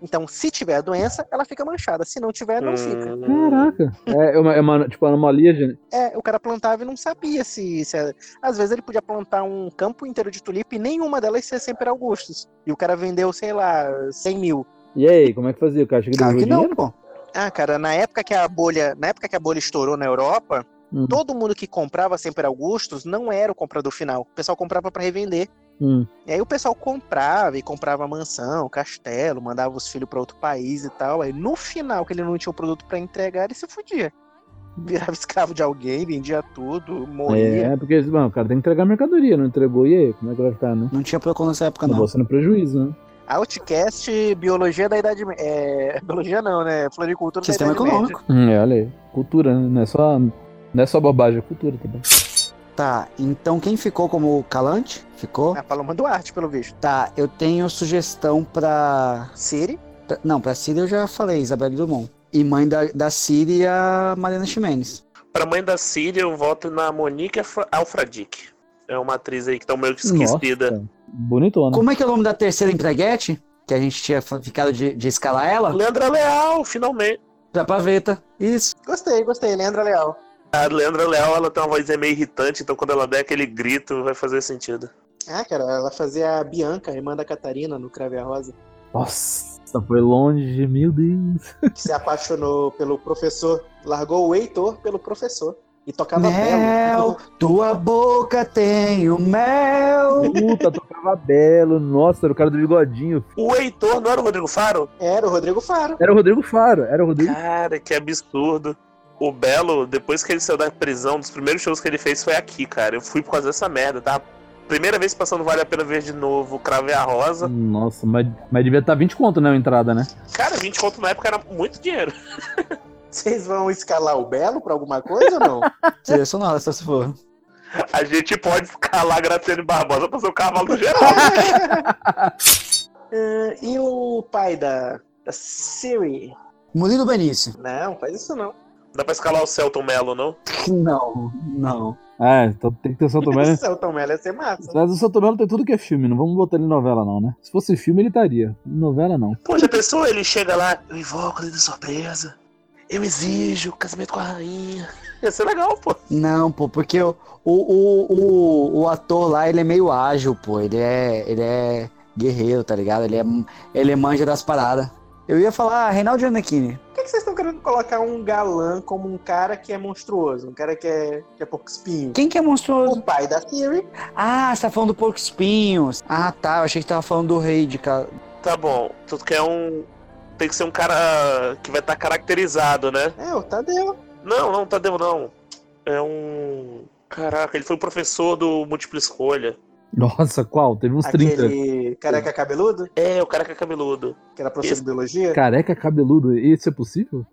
Speaker 3: Então, se tiver a doença, ela fica manchada. Se não tiver, não
Speaker 4: Hum.
Speaker 3: fica.
Speaker 5: Ah, Caraca. É uma, é uma tipo, anomalia, gente.
Speaker 3: É, o cara plantava e não sabia se, se a- Às vezes ele podia plantar um campo inteiro de tulipa e nenhuma delas ser Semper Augustus. E o cara vendeu, sei lá, 100 mil.
Speaker 5: E aí, como é que fazia? O cara chega e
Speaker 7: Claro
Speaker 5: devolveu
Speaker 7: que não,
Speaker 5: dinheiro?
Speaker 7: pô.
Speaker 3: Ah, cara, na época que a bolha, na época que a bolha estourou na Europa,
Speaker 5: Hum.
Speaker 3: todo mundo que comprava Semper Augustus não era o comprador final. O pessoal comprava pra revender.
Speaker 5: Hum.
Speaker 3: E aí o pessoal comprava e comprava mansão, castelo, mandava os filhos pra outro país e tal. Aí no final, que ele não tinha o produto pra entregar, ele se fudia. Virava escravo de alguém, vendia tudo, morria.
Speaker 5: É, porque mano, o cara tem que entregar a mercadoria, não entregou, e aí? Como é que vai ficar, né?
Speaker 7: Não tinha Procon nessa época,
Speaker 5: Não
Speaker 7: não.
Speaker 5: você no prejuízo, né?
Speaker 3: Outcast, biologia da idade Mé- é, biologia não, né? Floricultura
Speaker 7: Sistema
Speaker 3: da idade
Speaker 7: econômico.
Speaker 3: Média.
Speaker 5: É, olha aí. Cultura, né? Não é só, não é só bobagem, é cultura também.
Speaker 7: Tá, então quem ficou como calante? Ficou?
Speaker 5: É.
Speaker 3: A Ah, Paloma Duarte, pelo visto.
Speaker 7: Tá, eu tenho sugestão pra.
Speaker 3: Siri,
Speaker 7: pra- Não, pra Síria eu já falei, Isabel Drummond. E mãe da, da Síria, Mariana Ximenes.
Speaker 4: Pra mãe da Síria, eu voto na Monique Alfra- Alfradique. É uma atriz aí que tá meio que esquecida.
Speaker 5: Nossa, bonitona.
Speaker 7: Como é que é o nome da terceira empreguete? Que a gente tinha fa- ficado de, de escalar ela?
Speaker 4: Leandra Leal, finalmente.
Speaker 7: Pra paveta. Isso.
Speaker 3: gostei, gostei, Leandra Leal.
Speaker 4: A Leandra Leal, ela tem uma voz meio irritante, então quando ela der aquele grito, vai fazer sentido.
Speaker 3: Ah, cara, ela fazia a Bianca, irmã da Catarina, no Crave a Rosa.
Speaker 5: Nossa, foi longe, meu Deus.
Speaker 3: que Se apaixonou pelo professor, largou o Heitor pelo professor. E tocava
Speaker 7: Mel,
Speaker 3: belo.
Speaker 7: tua boca tem o mel.
Speaker 5: Puta, tocava belo. Nossa, era o cara do bigodinho.
Speaker 4: O Heitor não era o Rodrigo Faro?
Speaker 3: Era o Rodrigo Faro.
Speaker 5: Era o Rodrigo Faro, era o Rodrigo.
Speaker 4: Cara, que absurdo. O Belo, depois que ele saiu da prisão, um dos primeiros shows que ele fez foi aqui, cara. Eu fui por causa dessa merda, tá? Primeira vez passando Vale a Pena Ver de novo, Cravei a Rosa.
Speaker 5: Nossa, mas, mas devia estar 20 conto, né? A entrada, né?
Speaker 4: Cara, 20 conto na época era muito dinheiro.
Speaker 3: Vocês vão escalar o Belo pra alguma coisa ou não?
Speaker 7: Seria sonora, só se for.
Speaker 4: A gente pode escalar Graciane Barbosa pra ser o cavalo do geral.
Speaker 3: Ah, e o pai da, da Siri?
Speaker 7: Murilo Benício.
Speaker 3: Não, faz isso não.
Speaker 4: Dá pra escalar o Celton Mello, não?
Speaker 7: Não, não.
Speaker 5: Ah, então tem que ter o Santo Tomé, né?
Speaker 3: Celton Mello ia ser massa.
Speaker 5: Mas o Santo Melo tem tudo que é filme, não vamos botar ele em novela, não, né? Se fosse filme, ele estaria. Em Novela, não.
Speaker 4: Pô, já pensou? Ele chega lá, eu invoco ele de surpresa. Eu exijo casamento com a rainha. Ia ser legal, pô.
Speaker 7: Não, pô, porque o, o, o, o, o ator lá, ele é meio ágil, pô. Ele é, ele é guerreiro, tá ligado? Ele é, ele manja das paradas. Eu ia falar ah, Reinaldo Giannichini.
Speaker 9: Por que, que vocês estão querendo colocar um galã como um cara que é monstruoso? Um cara que é, que é pouco espinho?
Speaker 7: Quem que é monstruoso?
Speaker 9: O pai da Siri.
Speaker 7: Ah, você tá falando do Porco Espinhos. Ah, tá. Eu achei que tava falando do rei de ca...
Speaker 4: Tá bom. Tu quer um. Tem que ser um cara que vai estar caracterizado, né?
Speaker 9: É, o Tadeu.
Speaker 4: Não, não, Tadeu não. É um. Caraca, ele foi professor do Múltipla Escolha.
Speaker 5: Nossa, qual? Teve uns 30.
Speaker 9: Aquele careca cabeludo,
Speaker 4: É, o cara que é cabeludo.
Speaker 9: que era professor
Speaker 4: Isso.
Speaker 9: de biologia.
Speaker 5: Careca cabeludo, isso é possível?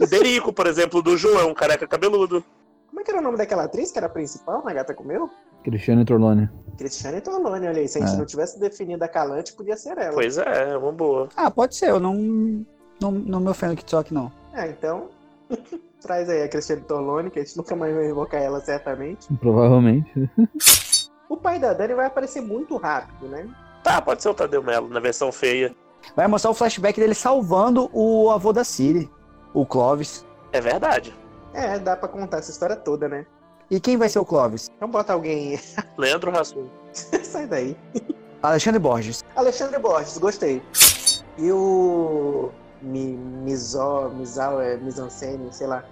Speaker 4: O Derico, por exemplo, do João, um careca cabeludo.
Speaker 9: Como é que era o nome daquela atriz que era a principal na Gata Comeu?
Speaker 5: Cristiano Torlone.
Speaker 9: Cristiane Torlone, olha aí. Se a gente
Speaker 5: É.
Speaker 9: não tivesse definido a Calante, podia ser ela.
Speaker 4: Pois é, é uma boa.
Speaker 7: Ah, pode ser. Eu não, não, não me ofendo que toque, não.
Speaker 9: É, então... Traz aí a Cristiane Torlone, que a gente nunca mais vai invocar ela, certamente.
Speaker 5: Provavelmente.
Speaker 9: O pai da Dani vai aparecer muito rápido, né?
Speaker 4: Tá, pode ser o Tadeu Melo, na versão feia.
Speaker 7: Vai mostrar o flashback dele salvando o avô da Siri, o Clovis.
Speaker 4: É verdade.
Speaker 9: É, dá pra contar essa história toda, né?
Speaker 7: E quem vai ser o Clovis?
Speaker 9: Então bota alguém...
Speaker 4: Leandro Rassum.
Speaker 9: Sai daí.
Speaker 7: Alexandre Borges.
Speaker 9: Alexandre Borges, gostei. E o... Mi, Mizó, Mizal, é, Misancene, sei lá.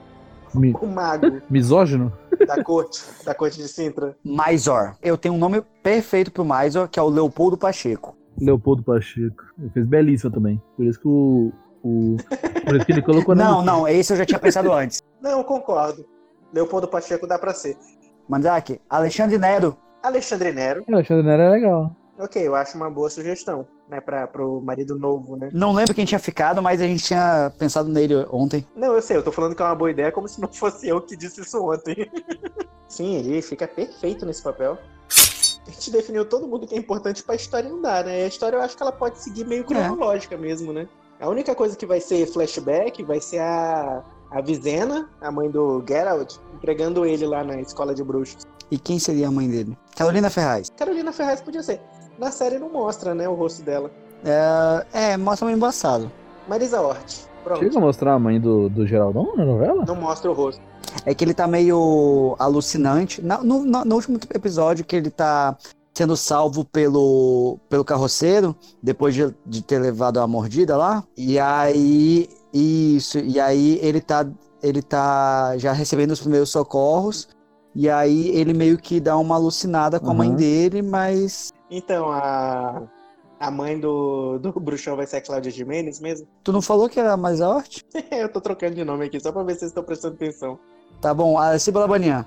Speaker 5: Mi-
Speaker 9: O mago
Speaker 5: Misógino?
Speaker 9: da corte, da corte de Sintra.
Speaker 7: Maisor. Eu tenho um nome perfeito pro Maisor, que é o Leopoldo Pacheco.
Speaker 5: Leopoldo Pacheco. Ele fez belíssima também. Por isso que o. o- por isso que ele colocou na
Speaker 7: Não, não, esse eu já tinha pensado antes.
Speaker 9: Não, concordo. Leopoldo Pacheco dá pra ser.
Speaker 7: Mandrake, Alexandre Nero.
Speaker 9: Alexandre Nero,
Speaker 5: Eu achei que não era é legal.
Speaker 9: ok, eu acho uma boa sugestão, né, pra, pro marido novo, né?
Speaker 7: Não lembro quem tinha ficado, mas a gente tinha pensado nele ontem.
Speaker 9: Não, eu sei, eu tô falando que é uma boa ideia, como se não fosse eu que disse isso ontem. Sim, ele fica perfeito nesse papel. A gente definiu todo mundo que é importante pra história andar, né? E a história eu acho que ela pode seguir meio cronológica mesmo, né? A única coisa que vai ser flashback vai ser a, a Vizena, a mãe do Geralt, entregando ele lá na escola de bruxos.
Speaker 7: E quem seria a mãe dele? Carolina Ferraz.
Speaker 9: Carolina Ferraz podia ser. Na série não mostra, né, o rosto dela.
Speaker 7: É, mostra meio embaçado.
Speaker 9: Marisa Hort. Pronto.
Speaker 5: Chega a mostrar a mãe do, do Geraldão na novela?
Speaker 9: Não mostra o rosto.
Speaker 7: É que ele tá meio alucinante. Na- no, no- no último episódio que ele tá sendo salvo pelo, pelo carroceiro, depois de, de ter levado a mordida lá. E aí. Isso, e aí ele tá, ele tá já recebendo os primeiros socorros. E aí ele meio que dá uma alucinada com a mãe
Speaker 5: Uhum.
Speaker 7: dele, mas.
Speaker 9: Então, a, a mãe do, do bruxão vai ser a Cláudia Jimenez mesmo?
Speaker 7: Tu não falou que era mais arte?
Speaker 9: Eu tô trocando de nome aqui, só pra ver se vocês estão prestando atenção.
Speaker 7: Tá bom, a Cibla Banian.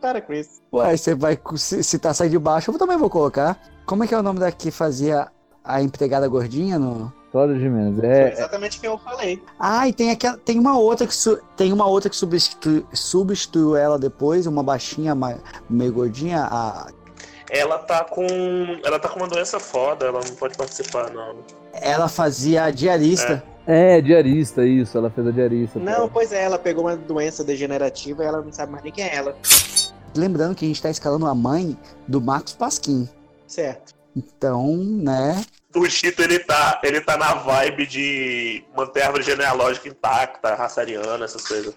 Speaker 9: Para com isso.
Speaker 7: Ué, você vai cu- se- citar sair de baixo, eu também vou colocar. Como é que é o nome da que fazia a empregada gordinha no.
Speaker 5: Cláudio Jimenez.
Speaker 9: Foi
Speaker 5: É,
Speaker 9: exatamente quem eu falei.
Speaker 7: Ah, e tem aquela. Tem uma outra que su- tem uma outra que substitu- substituiu ela depois, uma baixinha ma- meio gordinha. a-
Speaker 4: Ela tá com. Ela tá com uma doença foda, ela não pode participar, não.
Speaker 7: ela fazia a diarista.
Speaker 5: É, diarista, isso. Ela fez a diarista.
Speaker 9: Não,
Speaker 5: pô.
Speaker 9: pois é, ela pegou uma doença degenerativa e ela não sabe mais nem quem é ela.
Speaker 7: Lembrando que a gente tá escalando a mãe do Marcos Pasquim.
Speaker 9: Certo.
Speaker 7: Então, né?
Speaker 4: O Chito, ele tá, ele tá na vibe de manter a árvore genealógica intacta, raça ariana, essas coisas.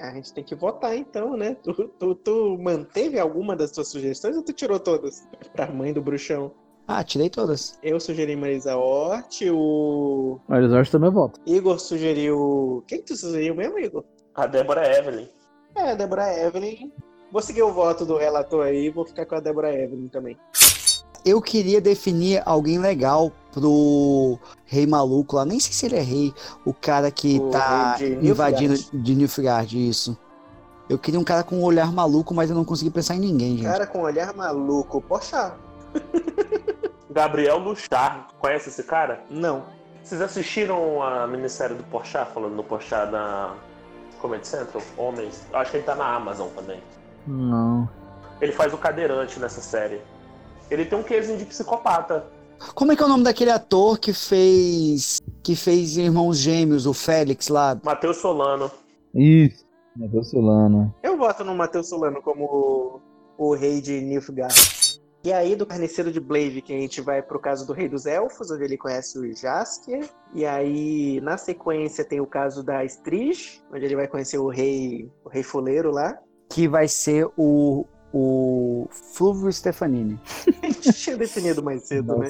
Speaker 9: A gente tem que votar então, né? Tu, tu, tu manteve alguma das tuas sugestões ou tu tirou todas? Pra mãe do bruxão.
Speaker 7: Ah, tirei todas.
Speaker 9: Eu sugeri Marisa Hort, o
Speaker 5: Mas eu acho que também volta.
Speaker 9: Igor sugeriu. Quem que tu sugeriu mesmo, Igor?
Speaker 4: A Débora Evelyn.
Speaker 9: É, a Débora Evelyn. Vou seguir o voto do relator aí e vou ficar com a Débora Evelyn também.
Speaker 7: Eu queria definir alguém legal pro rei maluco lá. Nem sei se ele é rei, o cara que
Speaker 9: O
Speaker 7: tá
Speaker 9: rei de
Speaker 7: invadindo
Speaker 9: Nilfgaard.
Speaker 7: de Nilfgaard, isso. Eu queria um cara com um olhar maluco, mas eu não consegui pensar em ninguém, gente.
Speaker 9: Cara com olhar maluco, poxa.
Speaker 4: Gabriel Luchar, conhece esse cara?
Speaker 9: Não.
Speaker 4: Vocês assistiram a minissérie do Porchat, falando do Porchat na Comedy Central? Homens. Eu Acho que ele tá na Amazon também.
Speaker 5: Não.
Speaker 4: Ele faz o cadeirante nessa série. Ele tem um quezinho de psicopata.
Speaker 7: Como é que é o nome daquele ator que fez que fez Irmãos Gêmeos, o Félix lá?
Speaker 4: Matheus Solano.
Speaker 5: Isso. É Matheus Solano.
Speaker 9: Eu voto no Matheus Solano como o, o rei de Nilfgaard. E aí, do Carneceiro de Blade, que a gente vai pro caso do Rei dos Elfos, onde ele conhece o Jaskier. E aí, na sequência, tem o caso da Estrige, onde ele vai conhecer o Rei, o Rei Foleiro lá.
Speaker 7: Que vai ser o, o Fluvio Stefanini.
Speaker 9: A gente tinha definido mais cedo, né?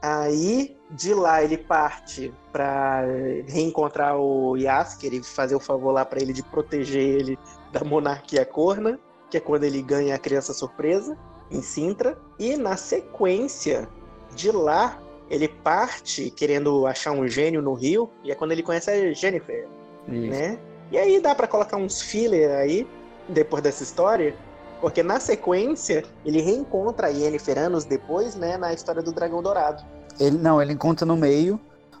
Speaker 9: Aí, de lá, ele parte pra reencontrar o Yasker e fazer o favor lá pra ele de proteger ele da monarquia corna, que é quando ele ganha a criança surpresa em Sintra. E na sequência, de lá, ele parte querendo achar um gênio no Rio, e é quando ele conhece a Jennifer, né? E aí dá pra colocar uns filler aí, depois dessa história, porque na sequência, ele reencontra a Yennefer anos depois, né, na história do Dragão Dourado.
Speaker 7: Ele, não, ele encontra no meio,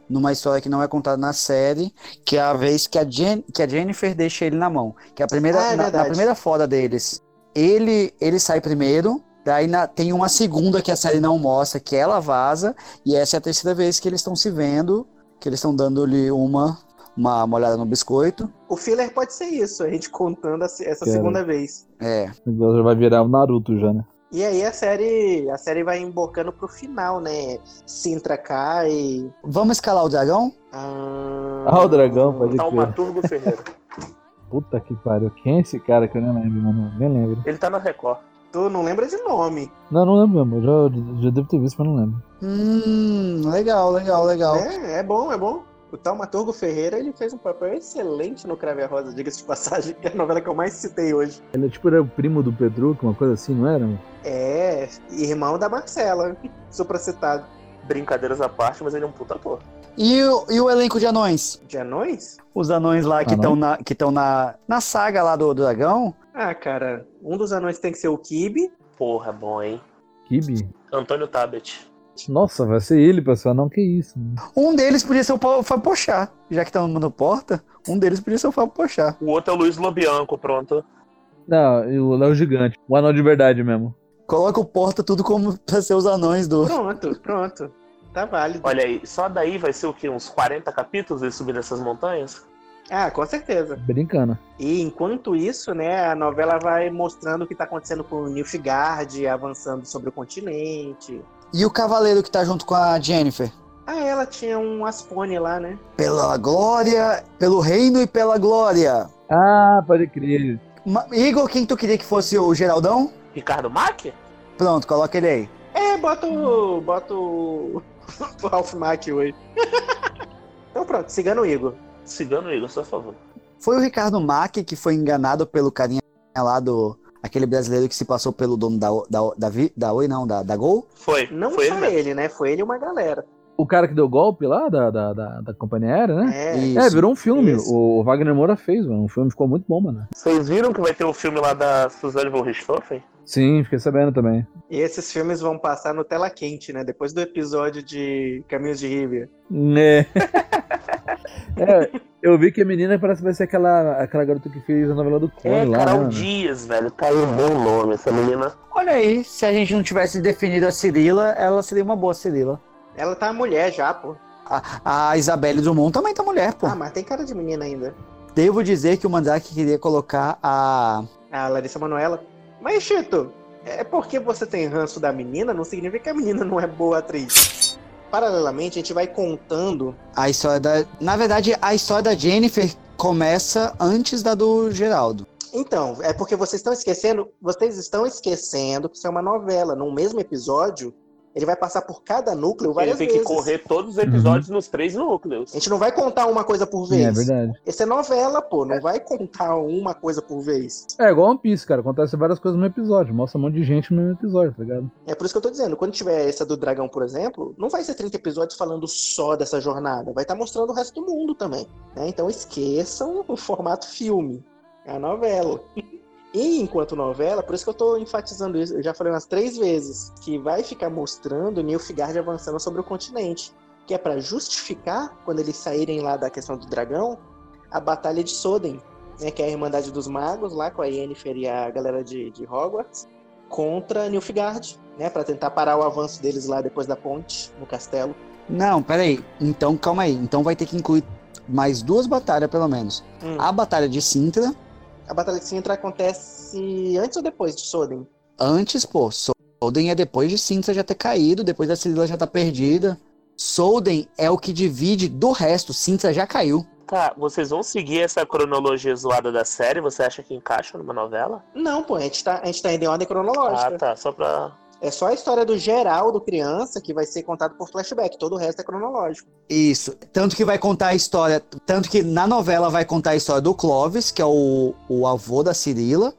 Speaker 7: numa história que não é contada na série, que é a vez que a, Jen, que a Jennifer deixa ele na mão. Que é a primeira,
Speaker 9: Ah, é
Speaker 7: na- na,
Speaker 9: verdade.
Speaker 7: primeira foda deles, ele, ele sai primeiro, daí na- tem uma segunda que a série não mostra, que ela vaza, e essa é a terceira vez que eles estão se vendo, que eles estão dando-lhe uma, uma, uma olhada no biscoito.
Speaker 9: O filler pode ser isso, a gente contando a se- essa
Speaker 5: Cara.
Speaker 9: segunda vez.
Speaker 7: É,
Speaker 5: Então Já vai virar o Naruto já, né?
Speaker 9: E aí a série, a série vai emborcando pro final, né? Sintra cai.
Speaker 7: Vamos escalar o dragão?
Speaker 9: Ah,
Speaker 5: Ah, o dragão, pode crer.
Speaker 4: Taumaturgo Tá Ferreira.
Speaker 5: Puta que pariu. Quem é esse cara que eu nem lembro, mano? Nem lembro.
Speaker 4: Ele tá na Record.
Speaker 9: Tu não lembra de nome,
Speaker 5: Não, não lembro mesmo. Eu já, já devo ter visto, mas não lembro.
Speaker 7: Hum, legal, legal, legal.
Speaker 9: né? É bom, é bom. O Taumaturgo Ferreira, ele fez um papel excelente no Crave a Rosa, diga-se de passagem, que é a novela que eu mais citei hoje.
Speaker 5: Ele tipo, era o primo do Pedro, uma coisa assim, não era?
Speaker 9: É, irmão da Marcela, supracitado.
Speaker 4: Brincadeiras à parte, mas ele é um puta ator.
Speaker 7: E, o, e o elenco de anões?
Speaker 9: De anões?
Speaker 7: Os anões lá que
Speaker 5: Anão?
Speaker 7: estão na, que tão na, na saga lá do, do dragão?
Speaker 9: Ah, cara, um dos anões tem que ser o Kibe.
Speaker 4: Porra, bom, hein?
Speaker 5: Kibi?
Speaker 4: Antônio Tabet.
Speaker 5: Nossa, vai ser ele, pessoal. Não, que isso. mano.
Speaker 7: Um deles podia ser o Fábio Fábio Pochá. Já que tá no porta, um deles podia ser o Fábio Pochá.
Speaker 4: O outro é o Luiz Lobianco, pronto.
Speaker 5: Não, e o Léo Gigante. O anão de verdade mesmo.
Speaker 7: Coloca o porta tudo como pra ser os anões do.
Speaker 9: Pronto, pronto. Tá válido.
Speaker 4: Olha aí, só daí vai ser o quê? Uns 40 capítulos ele subir nessas montanhas?
Speaker 9: Ah, com certeza.
Speaker 5: Brincando.
Speaker 9: E enquanto isso, né, a novela vai mostrando o que tá acontecendo com o Nilfgaard, avançando sobre o continente.
Speaker 7: E o cavaleiro que tá junto com a Jennifer.
Speaker 9: Ah, ela tinha um Aspone lá, né?
Speaker 7: Pela glória, pelo reino e pela glória.
Speaker 5: Ah, pode crer.
Speaker 7: Ma- Igor, quem tu queria que fosse o Geraldão?
Speaker 4: Ricardo Mack?
Speaker 7: Pronto, coloca ele aí.
Speaker 9: É, bota o. bota o. o Ralph Mack hoje. então pronto, cigano Igor.
Speaker 4: Cigano Igor, só favor.
Speaker 7: Foi o Ricardo Mack que foi enganado pelo carinha lá do. Aquele brasileiro que se passou pelo dono da, O- da, O- da, Vi- da Oi, não, da, da Gol?
Speaker 4: Foi.
Speaker 9: Não
Speaker 4: foi
Speaker 9: só
Speaker 4: mesmo.
Speaker 9: ele, né? Foi ele e uma galera.
Speaker 5: O cara que deu golpe lá da, da, da, da companhia aérea, né?
Speaker 9: É.
Speaker 7: Isso.
Speaker 5: É, virou um filme.
Speaker 9: isso.
Speaker 5: O Wagner Moura fez, mano. O filme ficou muito bom, mano.
Speaker 4: Vocês viram que vai ter o filme lá da Suzanne von Richthofen?
Speaker 5: Sim, fiquei sabendo também.
Speaker 9: E esses filmes vão passar no Tela Quente, né? Depois do episódio de Caminhos de River.
Speaker 5: Né? É, eu vi que a menina parece que vai ser aquela, aquela garota que fez a novela do Clone
Speaker 4: É,
Speaker 5: lá.
Speaker 4: Carol
Speaker 5: né?
Speaker 4: Dias, velho. Tá aí um bom nome essa menina.
Speaker 7: Olha aí, se a gente não tivesse definido a Cirila, ela seria uma boa Cirila.
Speaker 9: Ela tá mulher já, pô.
Speaker 7: A, a Isabelle Drummond também tá mulher, pô.
Speaker 9: Ah, mas tem cara de menina ainda.
Speaker 7: Devo dizer que o Mandrake queria colocar a.
Speaker 9: A Larissa Manoela. Mas, Chito, é porque você tem ranço da menina, não significa que a menina não é boa atriz. Paralelamente, a gente vai contando.
Speaker 7: A história da. Na verdade, a história da Jennifer começa antes da do Geraldo.
Speaker 9: Então, é porque vocês estão esquecendo. Vocês estão esquecendo que isso é uma novela. Num mesmo episódio, ele vai passar por cada núcleo
Speaker 4: Ele
Speaker 9: várias
Speaker 4: tem
Speaker 9: vezes.
Speaker 4: que correr todos os episódios nos três núcleos.
Speaker 9: A gente não vai contar uma coisa por
Speaker 5: Sim,
Speaker 9: vez.
Speaker 5: é verdade.
Speaker 9: Essa é novela, pô. Não vai contar uma coisa por vez.
Speaker 5: É igual One Piece, cara. Acontece várias coisas no mesmo episódio. Mostra um monte de gente no mesmo episódio, tá ligado?
Speaker 9: É por isso que eu tô dizendo, quando tiver essa do dragão, por exemplo, não vai ser 30 episódios falando só dessa jornada, vai estar mostrando o resto do mundo também. né? Então esqueçam o formato filme, é a novela. E enquanto novela, por isso que eu tô enfatizando isso, eu já falei umas três vezes, que vai ficar mostrando Nilfgaard avançando sobre o continente, que é pra justificar, quando eles saírem lá da questão do dragão, a Batalha de Soden, né, que é a Irmandade dos Magos, lá com a Yennefer e a galera de, de Hogwarts contra Nilfgaard, né, Pra tentar parar o avanço deles lá depois da ponte no castelo.
Speaker 7: Não, peraí. Então, calma aí. Então vai ter que incluir mais duas batalhas, pelo menos.
Speaker 9: Hum.
Speaker 7: A batalha de Sintra,
Speaker 9: A batalha de Sintra acontece antes ou depois de Soden?
Speaker 7: antes, pô. So Solden é depois de Cintra já ter caído, depois da Cirila já estar perdida. Solden é o que divide do resto. Cintra já caiu.
Speaker 4: Tá, vocês vão seguir essa cronologia zoada da série? Você acha que encaixa numa novela?
Speaker 9: Não, pô, a gente tá, a gente tá indo em ordem cronológica.
Speaker 4: Ah, tá. Só pra.
Speaker 9: É só a história do Geraldo criança que vai ser contado por flashback. Todo o resto é cronológico.
Speaker 7: Isso. Tanto que vai contar a história. Tanto que na novela vai contar a história do Clovis, que é o, o avô da Cirila,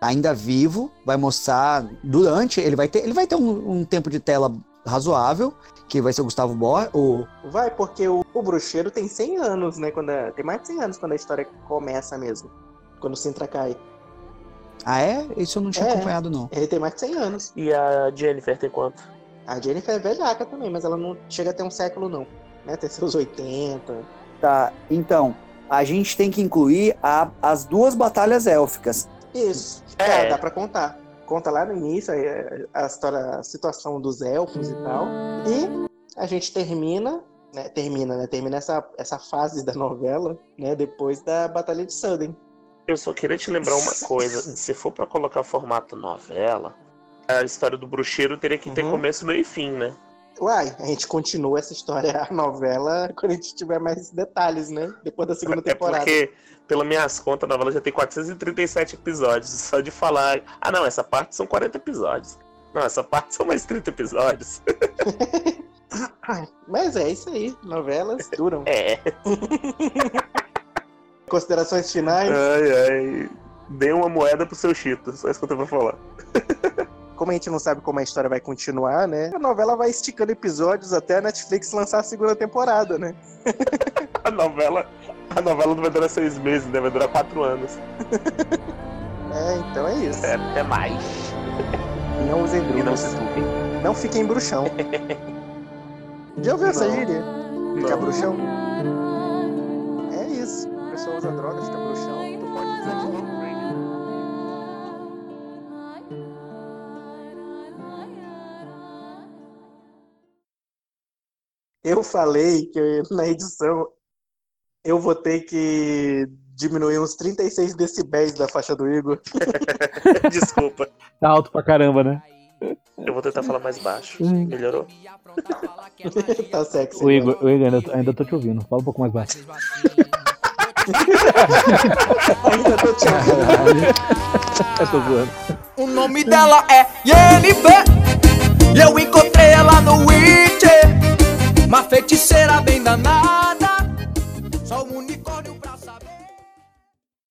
Speaker 7: ainda vivo. Vai mostrar durante. Ele vai ter, ele vai ter um, um tempo de tela razoável, que vai ser o Gustavo Bor, o,
Speaker 9: Vai, porque o, o bruxeiro tem 100 anos, né? Quando a- tem mais de 100 anos quando a história começa mesmo. Quando o Sintra cai.
Speaker 7: Ah, é? Isso eu não tinha
Speaker 9: É.
Speaker 7: acompanhado, não.
Speaker 9: Ele tem mais de 100 anos.
Speaker 4: E a Jennifer tem quanto?
Speaker 9: A Jennifer é velhaca também, mas ela não chega a ter um século, não. Né? Tem seus 80.
Speaker 10: Tá, então, a gente tem que incluir a- as duas batalhas élficas.
Speaker 9: Isso.
Speaker 4: É.
Speaker 9: Dá, dá pra contar. Conta lá no início é, a, história, a situação dos elfos e tal. E a gente termina, né? Termina, né? Termina essa, essa fase da novela, né? Depois da Batalha de Sanden.
Speaker 4: Eu só queria te lembrar uma coisa. Se for pra colocar formato novela, a história do bruxeiro teria que ter
Speaker 9: Uhum.
Speaker 4: começo, meio e fim, né?
Speaker 9: Uai, a gente continua essa história, a novela, quando a gente tiver mais detalhes, né? Depois da segunda
Speaker 4: É
Speaker 9: temporada.
Speaker 4: porque, pelas minhas contas, a novela já tem 437 episódios. Só de falar, ah não, essa parte são 40 episódios. Não, essa parte são mais 30 episódios.
Speaker 9: Ai, Mas é isso aí, novelas duram.
Speaker 4: É.
Speaker 9: Considerações finais,
Speaker 4: Ai, ai. Dê uma moeda pro seu Chito, só isso que eu tenho pra falar.
Speaker 9: como a gente não sabe como a história vai continuar, né? A novela vai esticando episódios até a Netflix lançar a segunda temporada, né?
Speaker 4: A novela, a novela não vai durar seis meses, né? Vai durar quatro anos.
Speaker 9: É, então é isso.
Speaker 4: É, até mais.
Speaker 9: E não usem
Speaker 4: E não
Speaker 9: drogas.
Speaker 4: se estupem.
Speaker 9: Não, fiquem bruxão. Já ouviu essa
Speaker 4: Não.
Speaker 9: gíria? Ficar
Speaker 4: Não.
Speaker 9: bruxão? É isso. A pessoa usa droga, fica bruxão. Tu pode usar de novo. Eu falei que na edição eu vou ter que diminuir uns 36 decibéis da faixa do Igor.
Speaker 4: Desculpa.
Speaker 5: Tá alto pra caramba, né?
Speaker 4: Eu vou tentar falar mais baixo.
Speaker 5: Hum.
Speaker 4: Melhorou?
Speaker 9: tá sexy.
Speaker 5: O Igor, o Igor ainda, ainda tô te ouvindo. Fala um pouco mais baixo.
Speaker 9: Ainda tô te ouvindo.
Speaker 5: Eu tô zoando.
Speaker 11: O nome dela é Jennifer E eu encontrei ela no Witcher Uma feiticeira bem danada